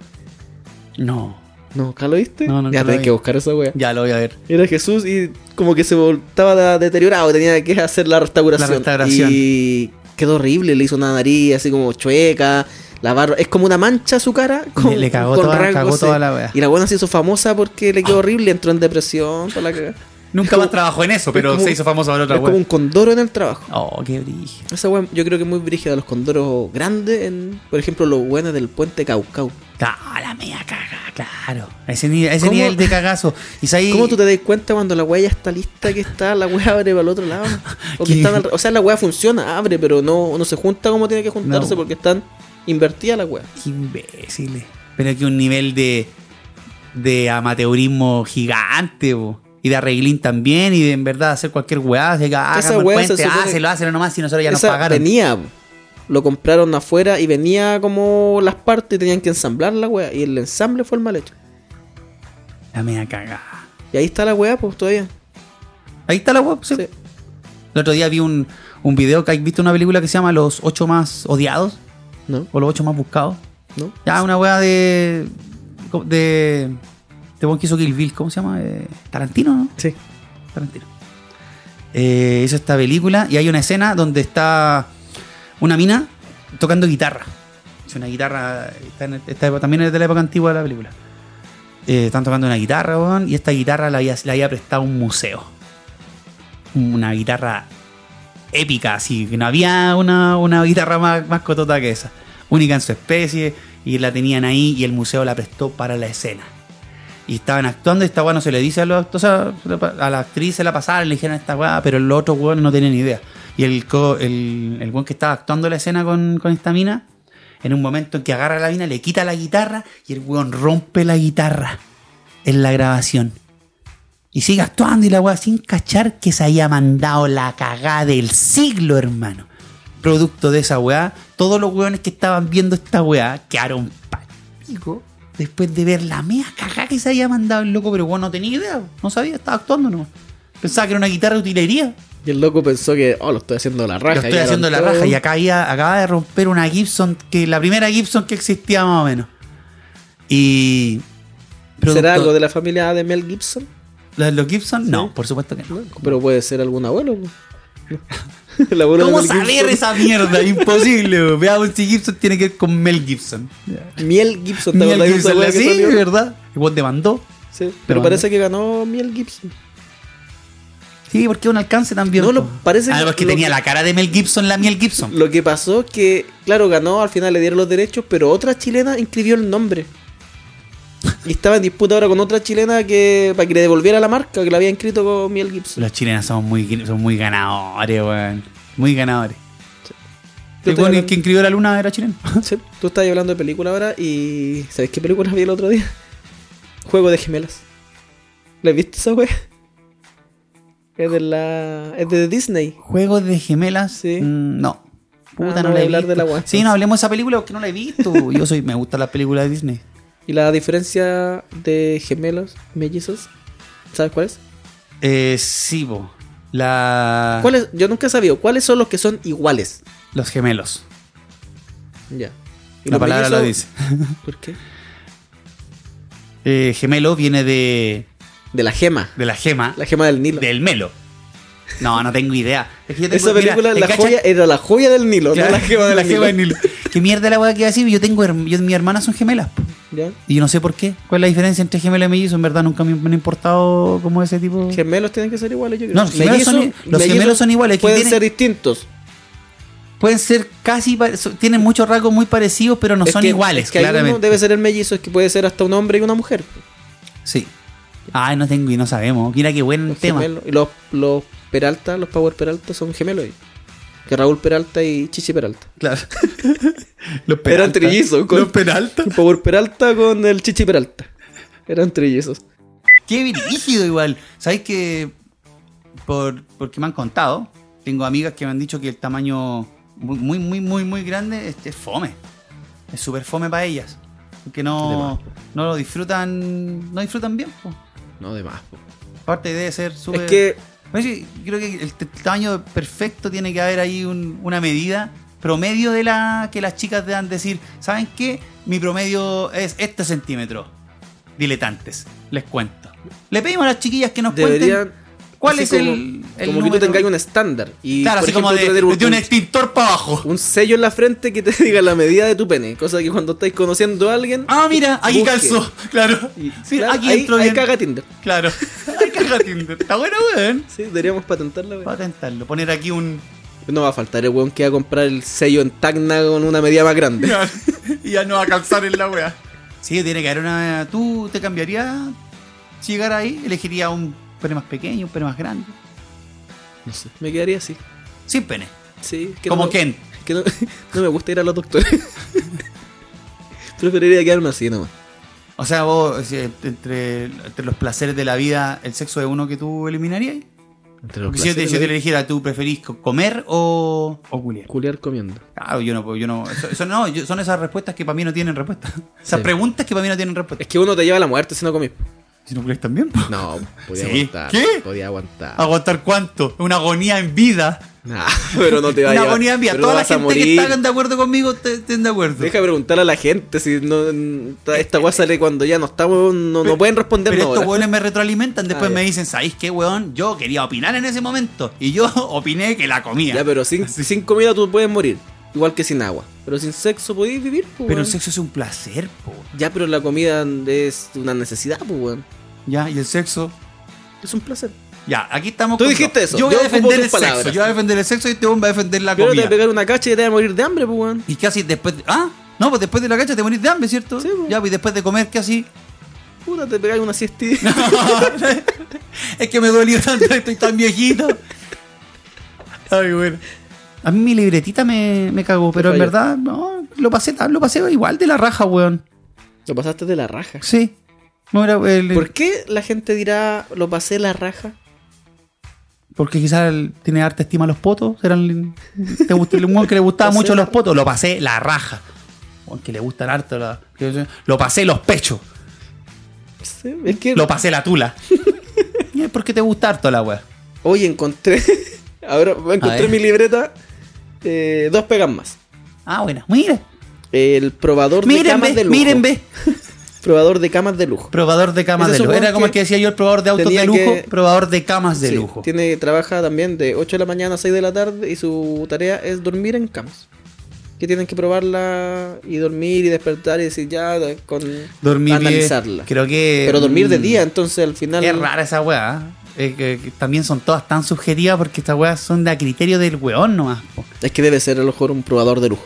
Speaker 6: No.
Speaker 5: No, ¿acá lo viste?
Speaker 6: No, nunca
Speaker 5: ya
Speaker 6: lo
Speaker 5: tenés
Speaker 6: vi.
Speaker 5: que buscar esa weá.
Speaker 6: Ya lo voy a ver.
Speaker 5: Era Jesús y como que se vol- estaba da- deteriorado, tenía que hacer la restauración.
Speaker 6: La restauración.
Speaker 5: Y quedó horrible, le hizo una nariz así como chueca, la barba, es como una mancha a su cara. Con,
Speaker 6: Le- le cagó
Speaker 5: con
Speaker 6: toda-
Speaker 5: rasgos,
Speaker 6: cagó toda
Speaker 5: sí.
Speaker 6: la wea. Ah.
Speaker 5: Y la buena se hizo famosa porque le quedó horrible, entró en depresión, para la cagada.
Speaker 6: Nunca más trabajó en eso, pero
Speaker 5: es como-
Speaker 6: se hizo famoso por otra
Speaker 5: Es como un
Speaker 6: web.
Speaker 5: condoro en el trabajo.
Speaker 6: Oh, qué brillo.
Speaker 5: Esa wea yo creo que es muy brígida, los condoros grandes, en, por ejemplo, los buenos del puente Caucau.
Speaker 6: Ah, la mía caga, claro. A ese, ni- a ese
Speaker 5: ¿Cómo-
Speaker 6: nivel de cagazo. Y ahí,
Speaker 5: ¿Cómo tú te das cuenta cuando la weá ya está lista que está, la weá abre para el otro lado? O, que
Speaker 6: ¿Qué?
Speaker 5: están al- o sea, la weá funciona, abre, pero no, no se junta como tiene que juntarse
Speaker 6: No.
Speaker 5: porque están invertidas la weá.
Speaker 6: Qué imbéciles. Pero que un nivel de. de amateurismo gigante, po. y de arreglín también, y de en verdad hacer cualquier weá, se diga,
Speaker 5: Esa
Speaker 6: "Háganlo el
Speaker 5: weá se
Speaker 6: puente,
Speaker 5: supone-
Speaker 6: hácelo, hácelo nomás, si nosotros ya nos
Speaker 5: Esa
Speaker 6: pagaron.
Speaker 5: venía, po. lo compraron afuera y venía como las partes y tenían que ensamblar la weá. Y el ensamble fue el mal hecho.
Speaker 6: La media cagada.
Speaker 5: Y ahí está la weá, pues todavía.
Speaker 6: Ahí está la web,
Speaker 5: Sí.
Speaker 6: El otro día vi un, un video que hay visto una película que se llama Los ocho más odiados,
Speaker 5: ¿No?
Speaker 6: o los ocho más buscados.
Speaker 5: ¿No?
Speaker 6: Ya, una weá de. de. de Bon Kiso Kill Bill, ¿cómo se llama? Eh, Tarantino, ¿no?
Speaker 5: Sí.
Speaker 6: Tarantino. Eh, hizo esta película y hay una escena donde está una mina tocando guitarra. Es una guitarra. está en- está- también es de la época antigua de la película. Eh, están tocando una guitarra, weón, y esta guitarra la había, la había prestado un museo. Una guitarra épica, así que no había una, una guitarra más, más cotota que esa. Única en su especie, y la tenían ahí, y el museo la prestó para la escena. Y estaban actuando, y esta weá no se le dice a los actores, a la actriz se la pasaron, le dijeron esta weá, pero los otros weones no tenían idea. Y el, co- el, el weón que estaba actuando la escena con, con esta mina, en un momento en que agarra la mina, le quita la guitarra, y el weón rompe la guitarra en la grabación. Y sigue actuando y la weá sin cachar que se había mandado la cagada del siglo, hermano. Producto de esa weá, todos los weones que estaban viendo esta weá quedaron pánico después de ver la mea cagada que se había mandado el loco, pero weón no tenía idea, no sabía, estaba actuando nomás. Pensaba que era una guitarra de utilería.
Speaker 5: Y el loco pensó que, oh, lo estoy haciendo la raja.
Speaker 6: Lo estoy haciendo la raja y acá había- acaba de romper una Gibson, que la primera Gibson que existía más o menos. Y.
Speaker 5: ¿Será
Speaker 6: producto-
Speaker 5: algo de la familia de Mel Gibson?
Speaker 6: ¿Lo de los Gibson?
Speaker 5: Sí.
Speaker 6: No, por supuesto que no.
Speaker 5: Pero puede ser algún abuelo. po. El abuelo de
Speaker 6: ¿Cómo
Speaker 5: Mel
Speaker 6: saber
Speaker 5: Gibson.
Speaker 6: esa mierda? Imposible. weón. Veamos si Gibson tiene que ver con Mel Gibson.
Speaker 5: Miel Gibson, ¿te
Speaker 6: Mel
Speaker 5: acordás de esa
Speaker 6: Gibson,
Speaker 5: weá que
Speaker 6: sí,
Speaker 5: salió?
Speaker 6: ¿verdad? Igual demandó.
Speaker 5: Sí, pero,
Speaker 6: Pero
Speaker 5: parece que ganó Miel Gibson.
Speaker 6: Sí, porque un alcance también.
Speaker 5: No, lo-
Speaker 6: po.
Speaker 5: parece
Speaker 6: Ah,
Speaker 5: que-
Speaker 6: porque
Speaker 5: lo
Speaker 6: tenía
Speaker 5: que-
Speaker 6: la cara de Mel Gibson, la Mel Gibson.
Speaker 5: Lo que pasó es que, claro, ganó, al final le dieron los derechos, pero otra chilena inscribió el nombre. Y estaba en disputa ahora con otra chilena que para que le devolviera la marca que la había inscrito con Miel Gibson.
Speaker 6: Los chilenos somos muy, son muy ganadores, weón. Muy ganadores.
Speaker 5: Yo
Speaker 6: El
Speaker 5: estoy
Speaker 6: weón
Speaker 5: hablando-
Speaker 6: que inscribió la luna era chileno.
Speaker 5: Sí, tú estás hablando de película ahora y ¿sabes qué película vi el otro día? Juego de gemelas. ¿La viste esa wea? Es de la es de Disney.
Speaker 6: Juegos de gemelas.
Speaker 5: Sí.
Speaker 6: mm, no. Puta,
Speaker 5: Ah, no
Speaker 6: no,
Speaker 5: voy
Speaker 6: la
Speaker 5: a
Speaker 6: he
Speaker 5: hablar
Speaker 6: visto.
Speaker 5: de la weá.
Speaker 6: sí, no hablemos de esa película porque no la he visto. Yo soy, me gusta la película de Disney.
Speaker 5: Y la diferencia de gemelos, mellizos, ¿sabes cuál es?
Speaker 6: Eh, sí, po. La...
Speaker 5: ¿Cuál es? Yo nunca he sabido cuáles son los que son iguales.
Speaker 6: Los gemelos.
Speaker 5: Ya. Y
Speaker 6: La
Speaker 5: los
Speaker 6: palabra lo dice.
Speaker 5: mellizos- ¿Por qué?
Speaker 6: Eh, gemelo viene de,
Speaker 5: De la gema,
Speaker 6: de la gema,
Speaker 5: la gema del Nilo.
Speaker 6: del melo. No, no tengo idea. Es que yo tengo-
Speaker 5: Esa
Speaker 6: mira,
Speaker 5: película
Speaker 6: ¿te
Speaker 5: la
Speaker 6: cachas?
Speaker 5: joya era la joya del Nilo,
Speaker 6: Claro,
Speaker 5: no la gema del Nilo.
Speaker 6: ¿Qué mierda la weá que iba a decir? Yo tengo, herm- yo, mis hermanas son gemelas. po.
Speaker 5: ¿Ya?
Speaker 6: Y yo no sé por qué. ¿Cuál es la diferencia entre gemelo y mellizo? En verdad nunca me, me han importado como ese tipo.
Speaker 5: Gemelos tienen que ser iguales, yo creo.
Speaker 6: No, los gemelos
Speaker 5: Mellizos-
Speaker 6: son i- los
Speaker 5: mellizos
Speaker 6: gemelos son iguales, que
Speaker 5: Pueden
Speaker 6: tienen-
Speaker 5: ser distintos.
Speaker 6: Pueden ser casi, pa- so- tienen muchos rasgos muy parecidos, pero no
Speaker 5: Es
Speaker 6: son
Speaker 5: que-
Speaker 6: iguales,
Speaker 5: es que hay uno
Speaker 6: claramente.
Speaker 5: debe ser el mellizo, es que puede ser hasta un hombre y una mujer.
Speaker 6: Sí. Ay, no tengo y no sabemos. Mira qué buen
Speaker 5: Los
Speaker 6: tema.
Speaker 5: gemelos- y los, los Peralta, los Power Peralta son gemelos. ahí. Que Raúl Peralta y Chichi Peralta.
Speaker 6: Claro. Los
Speaker 5: Eran trillizos. Con,
Speaker 6: penaltas.
Speaker 5: el Power Peralta con el Chichi Peralta. Eran trillizos.
Speaker 6: Qué brígido igual. ¿Sabéis que por porque me han contado, tengo amigas que me han dicho que el tamaño muy muy muy muy, muy grande este, es, es fome. Es súper fome para ellas, porque no, no lo disfrutan, no disfrutan bien. po.
Speaker 1: No, de más. po.
Speaker 6: Aparte debe ser súper
Speaker 5: Es que
Speaker 6: Pero sí, creo que el, t- tamaño perfecto tiene que haber ahí un- una medida promedio de la que las chicas deban decir, ¿saben qué? Mi promedio es este centímetro. Diletantes, les cuento. Le pedimos a las chiquillas que nos
Speaker 5: deberían.
Speaker 6: cuenten cuál
Speaker 5: así
Speaker 6: es
Speaker 5: como,
Speaker 6: el, el
Speaker 5: como que tú
Speaker 6: número.
Speaker 5: tengas un estándar. Y,
Speaker 6: Claro,
Speaker 5: por
Speaker 6: así como
Speaker 5: ejemplo,
Speaker 6: de,
Speaker 5: tener un-
Speaker 6: de un extintor para abajo.
Speaker 5: un sello en la frente que te diga la medida de tu pene. Cosa que cuando estáis conociendo a alguien.
Speaker 6: Ah, mira, ahí
Speaker 5: busque.
Speaker 6: calzó, claro.
Speaker 5: Y-
Speaker 6: Sí,
Speaker 5: claro,
Speaker 6: aquí
Speaker 5: ahí,
Speaker 6: entro
Speaker 5: ahí
Speaker 6: bien.
Speaker 5: caga Tinder.
Speaker 6: Claro, ahí caga Tinder. Está bueno, weón.
Speaker 5: Sí, deberíamos patentarla, güey.
Speaker 6: Voy a tentarlo, poner aquí un...
Speaker 5: No va a faltar el weón que va a comprar el sello en Tacna con una medida más grande.
Speaker 6: Ya, y ya no va a calzar en la wea. Sí, tiene que haber una. ¿Tú te cambiarías si llegara ahí? ¿Elegiría un pene más pequeño, un pene más grande?
Speaker 5: No sé. Me quedaría así.
Speaker 6: Sin pene.
Speaker 5: Sí.
Speaker 6: Como
Speaker 5: no-
Speaker 6: Ken.
Speaker 5: Que no, no me gusta ir a los doctores. Preferiría quedarme así nomás.
Speaker 6: O sea, vos, si, entre, entre los placeres de la vida, el sexo es uno que tú eliminarías.
Speaker 1: Entre los
Speaker 6: Porque si yo te,
Speaker 1: placeres
Speaker 6: yo te
Speaker 1: de-
Speaker 6: eligiera, ¿tú preferís co- comer o, o culiar?
Speaker 1: Culear comiendo.
Speaker 6: Claro, yo no, puedo, yo no. Eso, eso no yo- son esas respuestas que para mí no tienen respuesta. Esas
Speaker 1: Sí.
Speaker 6: preguntas que para mí no tienen respuesta.
Speaker 5: Es que uno te lleva a la muerte si no comís.
Speaker 6: Si no culias también, po.
Speaker 1: No, podía
Speaker 6: Sí.
Speaker 1: aguantar.
Speaker 6: ¿Qué? Ah.
Speaker 1: Podía aguantar.
Speaker 6: ¿Aguantar cuánto? Una agonía en vida.
Speaker 1: Nah.
Speaker 5: Pero no te va a
Speaker 6: Una
Speaker 5: llevar.
Speaker 6: agonía en vida.
Speaker 5: Pero
Speaker 6: Toda la
Speaker 5: vas a
Speaker 6: gente que
Speaker 5: morir.
Speaker 6: está de acuerdo conmigo te- estén de acuerdo.
Speaker 5: Deja preguntar a la gente si no, esta- esta weá sale cuando ya no estamos, no, no pueden
Speaker 6: Pero
Speaker 5: respondernos
Speaker 6: estos
Speaker 5: ahora.
Speaker 6: hueones me retroalimentan. Después
Speaker 5: Ah, ya.
Speaker 6: me dicen, ¿sabéis qué, hueón? Yo quería opinar en ese momento. Y yo opiné que la comía.
Speaker 5: Ya, pero sin, sin comida tú puedes morir, igual que sin agua. Pero sin sexo podéis vivir, pues.
Speaker 6: Pero el sexo es un placer, po.
Speaker 5: Ya, pero la comida es una necesidad, pues, weón.
Speaker 6: Ya, y el sexo.
Speaker 5: Es un placer.
Speaker 6: Ya, aquí estamos.
Speaker 5: Tú
Speaker 6: con-
Speaker 5: dijiste eso.
Speaker 6: Yo voy
Speaker 5: Yo
Speaker 6: a defender
Speaker 5: ocupo
Speaker 6: el
Speaker 5: tus palabras.
Speaker 6: sexo. Yo voy a defender el sexo y este hombre va a defender la
Speaker 5: Pero te voy a
Speaker 6: comida.
Speaker 5: pegar una cacha y te vas a morir de hambre, pues, weón.
Speaker 6: Y casi después. de- ah, no, pues después de la cacha te morís de hambre, ¿cierto?
Speaker 5: Sí, po.
Speaker 6: ya, pues después de comer casi.
Speaker 5: Puta, te pegáis una siestita.
Speaker 6: es que me dolió tanto, estoy tan viejito. Ay, bueno. A mí mi libretita me, me cagó, pero en
Speaker 5: falló.
Speaker 6: verdad, no, lo pasé, tan- lo pasé igual de la raja, weón.
Speaker 5: Lo pasaste de la raja.
Speaker 6: Sí. No era el-
Speaker 5: ¿Por qué la gente dirá lo pasé la raja?
Speaker 6: Porque quizás él tiene harta estima a los potos. Eran, te gustó, el weón que le gustaba
Speaker 5: Pasé
Speaker 6: mucho
Speaker 5: la-
Speaker 6: los potos. Lo pasé la raja. Weón, que le gustan harto. la- que- lo pasé los pechos.
Speaker 5: Sí, es que.
Speaker 6: Lo pasé la tula. ¿Y ¿Por qué te gusta harto la weá?
Speaker 5: Hoy encontré. Ahora encontré
Speaker 6: ver.
Speaker 5: en mi libreta. eh, dos pegas más.
Speaker 6: Ah, bueno. Mira.
Speaker 5: El probador de
Speaker 6: Miren,
Speaker 5: camas de
Speaker 6: ve,
Speaker 5: lujo.
Speaker 6: miren, ve.
Speaker 5: Probador de camas de lujo.
Speaker 6: Probador de camas
Speaker 5: Ese
Speaker 6: de
Speaker 5: es un
Speaker 6: lujo. Era
Speaker 5: weón
Speaker 6: como
Speaker 5: que
Speaker 6: el que decía yo, el probador de autos
Speaker 5: tenía
Speaker 6: de lujo,
Speaker 5: que-
Speaker 6: probador de camas de
Speaker 5: Sí,
Speaker 6: lujo.
Speaker 5: Tiene, trabaja también de 8 de la mañana a 6 de la tarde y su tarea es dormir en camas. Que tienen que probarla y dormir y despertar y decir ya de- con
Speaker 6: Dormir bien.
Speaker 5: analizarla.
Speaker 6: Creo que.
Speaker 5: Pero dormir de
Speaker 6: mm,
Speaker 5: día, entonces al final.
Speaker 6: Es rara esa weá. ¿eh? Eh, que- que también son todas tan subjetivas porque estas weas son de a criterio del weón nomás. po.
Speaker 5: Es que debe ser a lo mejor un probador de lujo.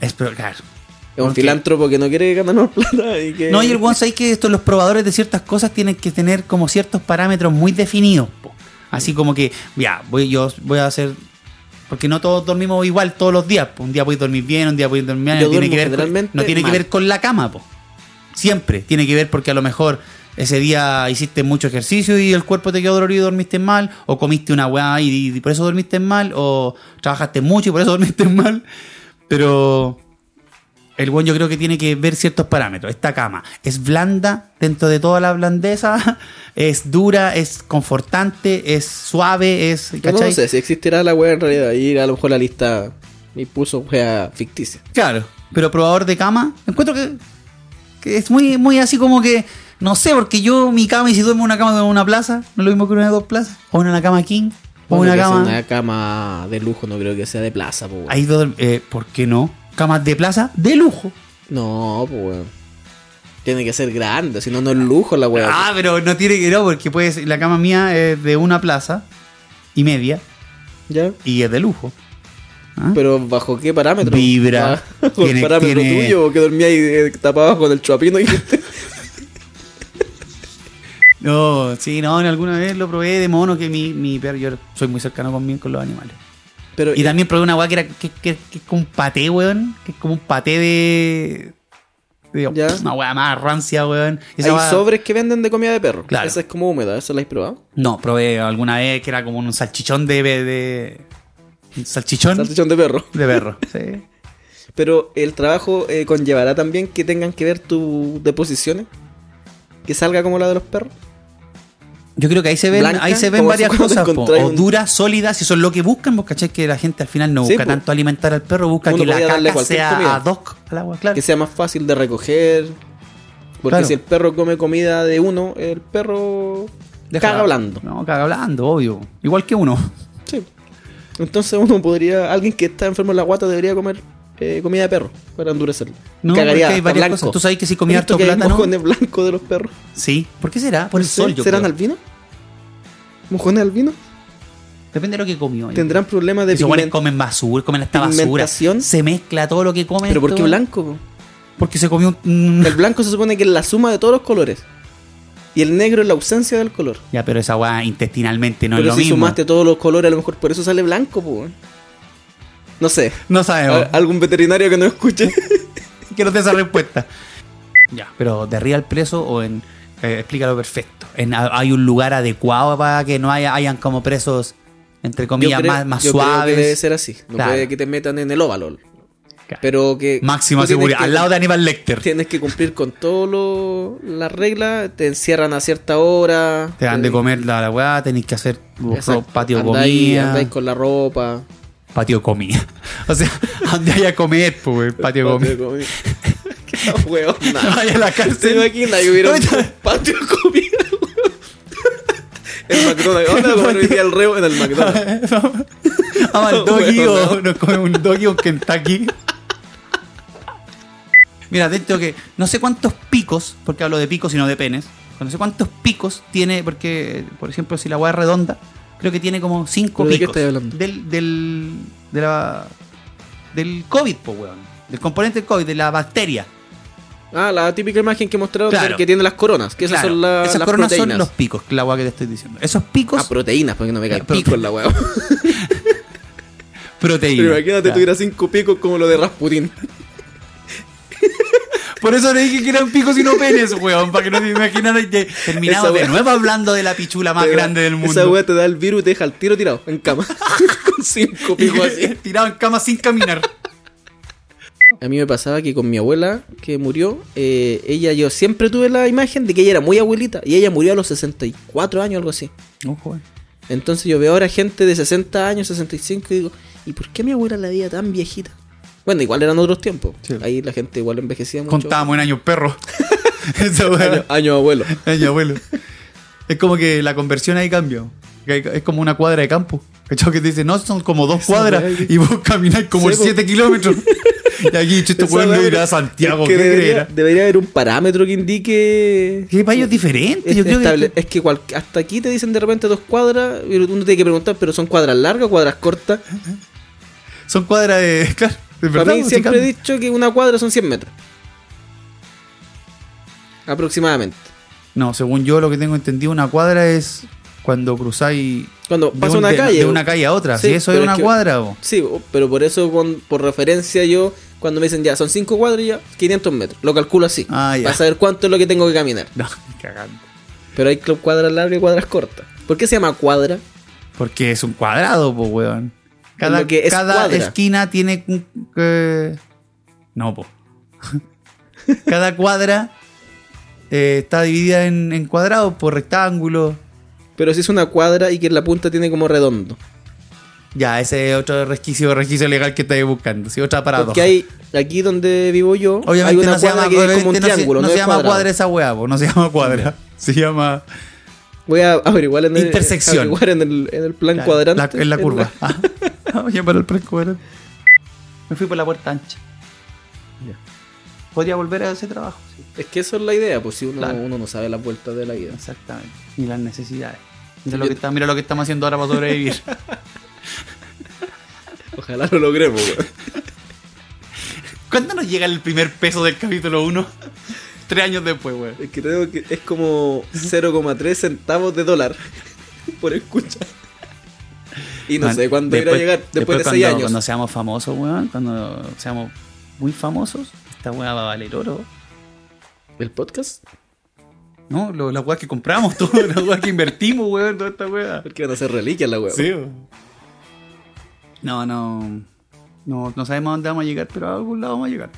Speaker 6: Es pero, claro.
Speaker 5: Es un
Speaker 6: Ok.
Speaker 5: filántropo que no quiere ganar más plata y que.
Speaker 6: No, y el weón sabéis que estos, los probadores de ciertas cosas tienen que tener como ciertos parámetros muy definidos. po. Así como que, ya, voy, yo voy a hacer. Porque no todos dormimos igual todos los días. po. Un día podéis dormir bien, un día podéis dormir mal.
Speaker 5: Yo
Speaker 6: No tiene,
Speaker 5: duermo
Speaker 6: que ver, con,
Speaker 5: generalmente
Speaker 6: no tiene que
Speaker 5: mal.
Speaker 6: ver con la cama, po. Siempre tiene que ver porque a lo mejor ese día hiciste mucho ejercicio y el cuerpo te quedó dolorido y dormiste mal. O comiste una weá y, y por eso dormiste mal. O trabajaste mucho y por eso dormiste mal. Pero. El buen yo creo que tiene que ver ciertos parámetros. Esta cama es blanda dentro de toda la blandeza, es dura, es confortante, es suave, es...
Speaker 5: No, no
Speaker 6: ¿cachai?
Speaker 5: sé si existirá la web en realidad. Y a lo mejor la lista me puso wea ficticia.
Speaker 6: Claro, pero probador de cama, encuentro que, que es muy, muy así como que, no sé, porque yo mi cama y si duermo en una cama de una plaza, no es lo mismo que una de dos plazas, o en una cama king, o
Speaker 5: Bueno,
Speaker 6: una
Speaker 5: que sea
Speaker 6: cama...
Speaker 5: Una cama de lujo, no creo que sea de plaza, pues.
Speaker 6: Ahí do- eh, ¿Por qué no? Camas de plaza de lujo.
Speaker 5: No, pues weón. Tiene que ser grande, si no, no es lujo la weá.
Speaker 6: Ah, pero no tiene que no, porque pues la cama mía es de una plaza y media
Speaker 5: ya.
Speaker 6: y es de lujo. ¿Ah?
Speaker 5: Pero bajo qué parámetro? Ah,
Speaker 6: Vibra.
Speaker 5: ¿Bajo el
Speaker 6: Tiene-
Speaker 5: parámetro
Speaker 6: tiene-
Speaker 5: tuyo o que dormía ahí eh, tapado con el chapino y
Speaker 6: No, sí, no, en alguna vez lo probé de mono que mi, mi perro, yo soy muy cercano con, mi- con los animales.
Speaker 5: Pero eh,
Speaker 6: Y también probé una weá que era que, que, que es como un paté, weón, que es como un paté de... de-
Speaker 5: Ya.
Speaker 6: Una weá más rancia, weón. Y esa
Speaker 5: hay
Speaker 6: weá-
Speaker 5: sobres que venden de comida de perro.
Speaker 6: Claro.
Speaker 5: Esa es como húmeda, ¿esa la has probado?
Speaker 6: No, probé alguna vez que era como un salchichón de... de, de- un salchichón
Speaker 5: Salchichón de perro.
Speaker 6: de perro. Sí.
Speaker 5: Pero el trabajo eh, conllevará también que tengan que ver tus deposiciones. Que salga como la de los perros.
Speaker 6: Yo creo que ahí se ven,
Speaker 5: Blanca,
Speaker 6: ahí se ven
Speaker 5: como
Speaker 6: varias
Speaker 5: si fuera
Speaker 6: cosas, po.
Speaker 5: encontrar
Speaker 6: o
Speaker 5: un-
Speaker 6: duras, sólidas, si eso es lo que buscan, vos cachai que la gente al final no
Speaker 5: Sí,
Speaker 6: busca
Speaker 5: po.
Speaker 6: tanto alimentar al perro, busca
Speaker 5: Uno
Speaker 6: que la
Speaker 5: podría darle
Speaker 6: caca
Speaker 5: cualquier
Speaker 6: sea
Speaker 5: comida.
Speaker 6: ad hoc al agua, claro.
Speaker 5: Que sea más fácil de recoger. Porque
Speaker 6: Claro.
Speaker 5: si el perro come comida de uno, el perro
Speaker 6: Déjala-
Speaker 5: caga hablando.
Speaker 6: No, caga hablando, obvio. Igual que uno.
Speaker 5: Sí. Entonces uno podría, alguien que está enfermo en la guata debería comer eh, comida de perro para endurecerlo.
Speaker 6: No, porque hay
Speaker 5: hasta
Speaker 6: varias cosas. Tú sabes que si comía
Speaker 5: ¿Has visto que
Speaker 6: harto
Speaker 5: hay
Speaker 6: plátano-
Speaker 5: mojones blancos de los perros.
Speaker 6: Sí. ¿Por qué será? Por el sol, yo
Speaker 5: ¿Serán
Speaker 6: creo.
Speaker 5: albinos? ¿Mojones albinos?
Speaker 6: Depende de lo que comió. yo
Speaker 5: ¿Tendrán problemas de
Speaker 6: creo. Esos hueones
Speaker 5: pigmento?
Speaker 6: comen basura, comen esta basura.
Speaker 5: pigmentación?
Speaker 6: Se mezcla todo lo que comen.
Speaker 5: ¿Pero por qué
Speaker 6: todo.
Speaker 5: blanco?
Speaker 6: Porque se comió un...
Speaker 5: El blanco se supone que es la suma de todos los colores. Y el negro es la ausencia del color.
Speaker 6: Ya, pero esa weá intestinalmente no
Speaker 5: Pero
Speaker 6: es lo
Speaker 5: si
Speaker 6: mismo.
Speaker 5: sumaste todos los colores, a lo mejor por eso sale blanco, po. weón. No sé.
Speaker 6: No sabemos.
Speaker 5: A- algún veterinario que no escuche.
Speaker 6: que nos dé esa respuesta.
Speaker 7: Ya.
Speaker 6: Pero de arriba al preso o en. eh, explícalo perfecto. En, ha- hay un lugar adecuado para que no haya, hayan como presos, entre
Speaker 5: Yo
Speaker 6: comillas,
Speaker 5: creo-
Speaker 6: más, más
Speaker 5: yo creo
Speaker 6: suaves.
Speaker 5: que debe ser así. No
Speaker 6: Claro.
Speaker 5: puede que te metan en el óvalo.
Speaker 6: Claro.
Speaker 5: Pero que.
Speaker 6: Máxima
Speaker 5: tú tienes
Speaker 6: seguridad.
Speaker 5: que-
Speaker 6: Al lado de Aníbal Lecter.
Speaker 5: Tienes que cumplir con todas las reglas. Te encierran a cierta hora.
Speaker 6: Te dan de comer la, la weá, tenéis que hacer ro-
Speaker 5: Exacto.
Speaker 6: patio
Speaker 5: Andáis-
Speaker 6: comida.
Speaker 5: andáis con la ropa.
Speaker 6: Patio comida. O sea, andáis a comer, pues, weón, patio comida.
Speaker 5: Patio comida. Qué hueón, nada.
Speaker 6: Vaya a la
Speaker 5: ¿Se
Speaker 6: cárcel.
Speaker 5: imagina que hubiera un patio de comida, weón? El McDonald's. ¿Dónde va a comer hoy día el reo en el McDonald's?
Speaker 6: Vamos al doggy
Speaker 5: Bueno,
Speaker 6: o
Speaker 5: no.
Speaker 6: nos comemos un doggy o un Kentucky. Mira, dentro que no sé cuántos picos, porque hablo de picos y no de penes, no sé cuántos picos tiene, porque, por ejemplo, si la agua es redonda, creo que tiene como cinco
Speaker 5: ¿Pero de qué
Speaker 6: picos.
Speaker 5: estáis hablando?
Speaker 6: Del, del, de la, del COVID, po, weón. Del componente del COVID, de la bacteria.
Speaker 5: Ah, la típica imagen que mostraron
Speaker 6: Claro.
Speaker 5: que tiene las coronas. Que esas
Speaker 6: Claro,
Speaker 5: son la-
Speaker 6: esas
Speaker 5: las
Speaker 6: coronas
Speaker 5: proteínas.
Speaker 6: son los picos, la agua que te estoy diciendo. Esos picos,
Speaker 5: Ah, proteínas, porque no me cae
Speaker 6: Eh, prote-
Speaker 5: pico en la hueá.
Speaker 6: proteínas.
Speaker 5: Pero imagínate
Speaker 6: Claro.
Speaker 5: tuviera cinco picos como lo de Rasputin.
Speaker 6: Por eso le dije que eran picos y no penes, weón, para que no te imaginaras que terminaba
Speaker 5: Esa
Speaker 6: de
Speaker 5: wea-
Speaker 6: nuevo hablando de la pichula más
Speaker 5: Te da-
Speaker 6: grande del mundo.
Speaker 5: Esa hueá te da el virus y te deja el tiro tirado en cama. Con cinco picos así.
Speaker 6: Tirado en cama sin caminar.
Speaker 5: A mí me pasaba que con mi abuela, que murió, eh, ella yo siempre tuve la imagen de que ella era muy abuelita. Y ella murió a los 64 años, algo así. Entonces yo veo ahora gente de 60 años, 65 y digo, ¿y por qué mi abuela la veía tan viejita? Bueno, igual eran otros tiempos.
Speaker 6: Sí.
Speaker 5: Ahí la gente igual envejecía mucho.
Speaker 6: Contábamos en años perro. Esa
Speaker 5: Año,
Speaker 6: weón.
Speaker 5: año abuelo.
Speaker 6: Año abuelo. Es como que la conversión ahí cambia. Que Es como una cuadra de campo. ¿Cachai? Que te dicen, no, son como dos cuadras
Speaker 5: weá que-
Speaker 6: y vos caminás como
Speaker 5: Sí, po.
Speaker 6: 7 kilómetros. Y aquí, chiste,
Speaker 5: Esa
Speaker 6: weón, no
Speaker 5: weá
Speaker 6: irá a
Speaker 5: era-
Speaker 6: Santiago.
Speaker 5: es que
Speaker 6: ¿Qué
Speaker 5: debería,
Speaker 6: creerá?
Speaker 5: debería haber un parámetro que indique...
Speaker 6: Que para ellos es diferente.
Speaker 5: Es,
Speaker 6: Yo creo
Speaker 5: estable-
Speaker 6: que.
Speaker 5: es que cual- hasta aquí te dicen de repente dos cuadras y uno tiene que preguntar, ¿pero son cuadras largas o cuadras cortas?
Speaker 6: Son cuadras de. Claro. de
Speaker 5: Para
Speaker 6: verdad, pues,
Speaker 5: mí
Speaker 6: sí
Speaker 5: siempre he
Speaker 6: cambia.
Speaker 5: dicho que una cuadra son 100 metros. Aproximadamente.
Speaker 6: No, según yo lo que tengo entendido, una cuadra es cuando cruzáis.
Speaker 5: Cuando
Speaker 6: de
Speaker 5: pasa
Speaker 6: un-
Speaker 5: una
Speaker 6: de-
Speaker 5: calle.
Speaker 6: De una calle a otra.
Speaker 5: Sí,
Speaker 6: si eso
Speaker 5: pero
Speaker 6: era
Speaker 5: es
Speaker 6: una
Speaker 5: que-
Speaker 6: cuadra, po.
Speaker 5: Sí, o- pero por eso, con- por referencia, yo, cuando me dicen ya son 5 cuadras, ya 500 metros. Lo calculo así.
Speaker 6: Ah, ya.
Speaker 5: Para saber cuánto es lo que tengo que caminar.
Speaker 6: No, cagando.
Speaker 5: Pero hay club cuadras largas y cuadras cortas. ¿Por qué se llama cuadra?
Speaker 6: Porque es un cuadrado, po, weón. Cada,
Speaker 5: lo que es
Speaker 6: cada
Speaker 5: cuadra.
Speaker 6: esquina tiene. un- eh, No, po. cada cuadra eh, está dividida en, en cuadrados por rectángulos.
Speaker 5: Pero si es una cuadra y que la punta tiene como redondo.
Speaker 6: Ya, ese es otro resquicio, resquicio legal que estáis buscando. Sí, otra paradoja.
Speaker 5: Porque hay, aquí donde vivo yo, hay
Speaker 6: Obviamente
Speaker 5: una
Speaker 6: no se
Speaker 5: cuadra
Speaker 6: llama,
Speaker 5: que es como
Speaker 6: obviamente
Speaker 5: un
Speaker 6: no se-
Speaker 5: triángulo.
Speaker 6: no
Speaker 5: es
Speaker 6: se llama
Speaker 5: cuadrado.
Speaker 6: cuadra esa weá, po, no se llama cuadra. Se llama.
Speaker 5: Voy a averiguar en el,
Speaker 6: Intersección.
Speaker 5: averiguar en el, en el plan
Speaker 6: Claro,
Speaker 5: cuadrante.
Speaker 6: la- en la curva. Ah, Vamos a llamar al plan cuadrante. Me fui por la puerta ancha. Podría volver a ese trabajo. Sí,
Speaker 5: Es que eso es la idea, pues si uno,
Speaker 6: Claro.
Speaker 5: uno no sabe las vueltas de la vida.
Speaker 6: exactamente. Y las necesidades. Mira lo, que está- mira lo que estamos haciendo ahora para sobrevivir.
Speaker 5: Ojalá lo logremos, weón.
Speaker 6: ¿Cuándo nos llega el primer peso del capítulo 1? Tres años después, güey.
Speaker 5: Es que tengo que. Es como 0,3 centavos de dólar por escucha. Y no sé cuándo irá a llegar, después, de 6
Speaker 6: cuando,
Speaker 5: años.
Speaker 6: Cuando seamos famosos, weón. Cuando seamos muy famosos, esta weá va a valer oro.
Speaker 5: ¿El podcast?
Speaker 6: No, lo- las weas que compramos, todo, las weas que invertimos, weón, toda esta weá.
Speaker 5: Porque van a ser reliquias la weón.
Speaker 6: No, no. No, no sabemos a dónde vamos a llegar, pero a algún lado vamos a llegar.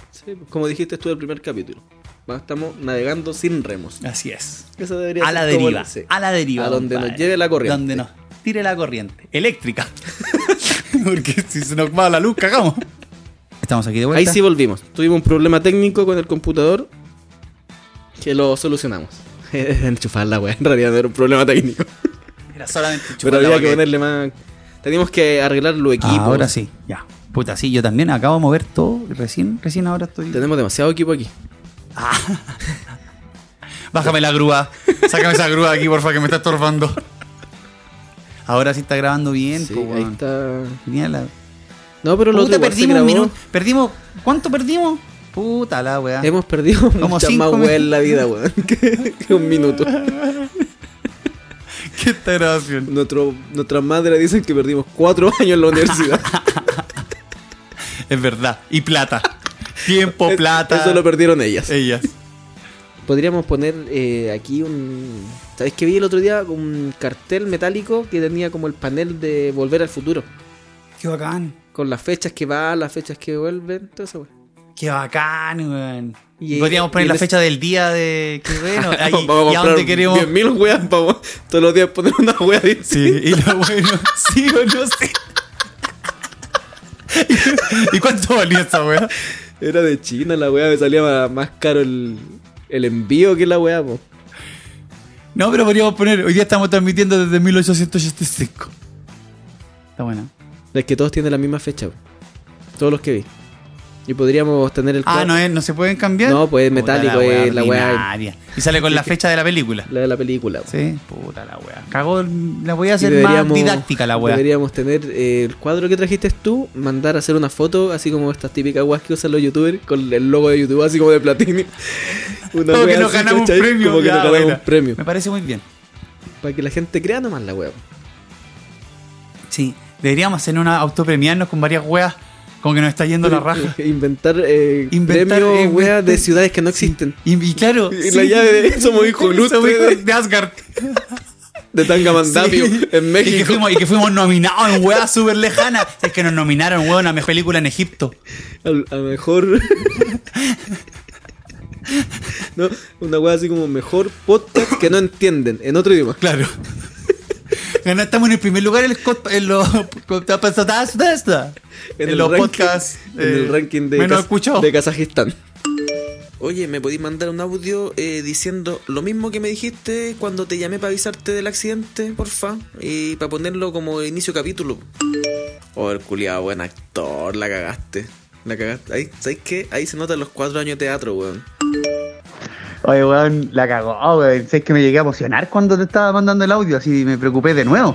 Speaker 5: Como dijiste tú del primer capítulo. Va- Estamos navegando sin remos.
Speaker 6: Así es.
Speaker 5: Eso debería
Speaker 6: A la
Speaker 5: ser como
Speaker 6: deriva.
Speaker 5: el- sí.
Speaker 6: A la deriva.
Speaker 5: A donde
Speaker 6: compadre.
Speaker 5: nos lleve la corriente.
Speaker 6: Donde nos tire la corriente. Eléctrica. Porque si se nos va la luz, cagamos. Estamos aquí
Speaker 5: Ahí
Speaker 6: de vuelta.
Speaker 5: sí volvimos. Tuvimos un problema técnico con el computador que lo solucionamos. Enchufarla, weón. En realidad no era un problema técnico.
Speaker 6: Era solamente chupar
Speaker 5: Pero
Speaker 6: la
Speaker 5: había que
Speaker 6: baqueta.
Speaker 5: ponerle más. Teníamos que arreglar los equipos.
Speaker 6: Ah, ahora sí, ya. Puta, sí, yo también acabo de mover todo. Recién, recién ahora estoy.
Speaker 5: Tenemos demasiado equipo aquí.
Speaker 6: Bájame la grúa. Sácame esa grúa de aquí, porfa, que me está estorbando. Ahora sí está grabando bien,
Speaker 5: Sí,
Speaker 6: po,
Speaker 5: ahí
Speaker 6: weón.
Speaker 5: está.
Speaker 6: Genial. la-
Speaker 5: No, pero lo otro
Speaker 6: Puta,
Speaker 5: igual se
Speaker 6: perdimos un
Speaker 5: grabó.
Speaker 6: minuto. Perdimos. ¿Cuánto perdimos? Puta la weá.
Speaker 5: Hemos perdido
Speaker 6: Como
Speaker 5: muchas
Speaker 6: cinco
Speaker 5: Eh, más weas
Speaker 6: minutos.
Speaker 5: en la vida, weón. Que, que un minuto.
Speaker 6: ¿Qué esta grabación?
Speaker 5: Nuestro, nuestras madres dicen que perdimos cuatro años en la universidad.
Speaker 6: Es verdad. Y plata. Tiempo, plata.
Speaker 5: Eso lo perdieron ellas.
Speaker 6: Ellas.
Speaker 5: Podríamos poner eh, aquí un. ¿Sabes qué vi el otro día? Un cartel metálico que tenía como el panel de Volver al Futuro.
Speaker 6: Qué bacán.
Speaker 5: Con las fechas que va, las fechas que vuelven, todo eso, güey.
Speaker 6: Qué bacán, weón.
Speaker 5: Y-
Speaker 6: Podríamos poner
Speaker 5: y
Speaker 6: la
Speaker 5: en ese-
Speaker 6: fecha del día de. Qué bueno. ahí-
Speaker 5: vamos
Speaker 6: y a
Speaker 5: a comprar
Speaker 6: dónde queremos.
Speaker 5: 10.000 weas, vamos. Todos los días poner una wea distinta.
Speaker 6: Sí, y lo bueno. Sí o no sé. ¿Y cuánto valía esa weá?
Speaker 5: Era de China la wea, me salía ma- más caro el, el envío que la wea, po.
Speaker 6: No, pero podríamos poner. Hoy día estamos transmitiendo desde 1885. Está bueno.
Speaker 5: Es que todos tienen la misma fecha, po. Todos los que vi. Y podríamos tener el
Speaker 6: Ah,
Speaker 5: cuadro-
Speaker 6: no, es- no se pueden cambiar.
Speaker 5: No, pues, es
Speaker 6: Puta,
Speaker 5: metálico,
Speaker 6: weá
Speaker 5: es la weá.
Speaker 6: ordinaria. Y sale con la fecha de la película.
Speaker 5: la de la película. po.
Speaker 6: Sí, puta la weá. Cagó, la voy a
Speaker 5: Y
Speaker 6: hacer más
Speaker 5: deberíamos-
Speaker 6: didáctica la weá.
Speaker 5: Deberíamos tener eh, el cuadro que trajiste tú, mandar a hacer una foto, así como estas típicas weas que usan los youtubers, con el logo de YouTube, así como de Platini. Una
Speaker 6: Como que
Speaker 5: wea
Speaker 6: nos
Speaker 5: así,
Speaker 6: ganamos un
Speaker 5: ¿cachai?
Speaker 6: premio,
Speaker 5: Como que
Speaker 6: ya,
Speaker 5: nos ganamos
Speaker 6: buena.
Speaker 5: un premio.
Speaker 6: Me parece muy bien.
Speaker 5: Para que la gente crea nomás la wea. po.
Speaker 6: Sí, deberíamos hacer una autopremiarnos con varias weas. Como que nos está yendo la raja.
Speaker 5: Inventar, eh,
Speaker 6: Inventar,
Speaker 5: premios,
Speaker 6: eh,
Speaker 5: weas, de
Speaker 6: inventar-
Speaker 5: ciudades que no existen.
Speaker 6: Y, y claro,
Speaker 5: Y la llave de- somos hijos ilustres
Speaker 6: Somos hijos
Speaker 5: de-
Speaker 6: de Asgard.
Speaker 5: De Tangamandapio,
Speaker 6: Sí.
Speaker 5: en
Speaker 6: Y que,
Speaker 5: México.
Speaker 6: fuimos, y que fuimos nominados en weas súper lejanas. Es que nos nominaron, weón, a mejor película en Egipto.
Speaker 5: Al- A, mejor. no, una wea así como mejor podcast que no entienden, en otro idioma.
Speaker 6: Claro. Ganó- Estamos en el primer lugar en, el cot- en los podcasts. En,
Speaker 5: el
Speaker 6: los
Speaker 5: ranking-
Speaker 6: podcasts.
Speaker 5: en el
Speaker 6: eh,
Speaker 5: ranking de,
Speaker 6: Menos
Speaker 5: Kaz-
Speaker 6: escuchado.
Speaker 5: de Kazajistán. Oye, ¿me podéis mandar un audio eh, diciendo lo mismo que me dijiste cuando te llamé para avisarte del accidente, porfa? Y para ponerlo como inicio capítulo. Oh, el culiado, buen actor, la cagaste. La cagaste. Ahí, ¿Sabes qué? Ahí se notan los cuatro años de teatro, weón.
Speaker 2: Oye, weón, la cagó, weón. Sé que me llegué a emocionar cuando te estaba mandando el audio, así me preocupé de nuevo.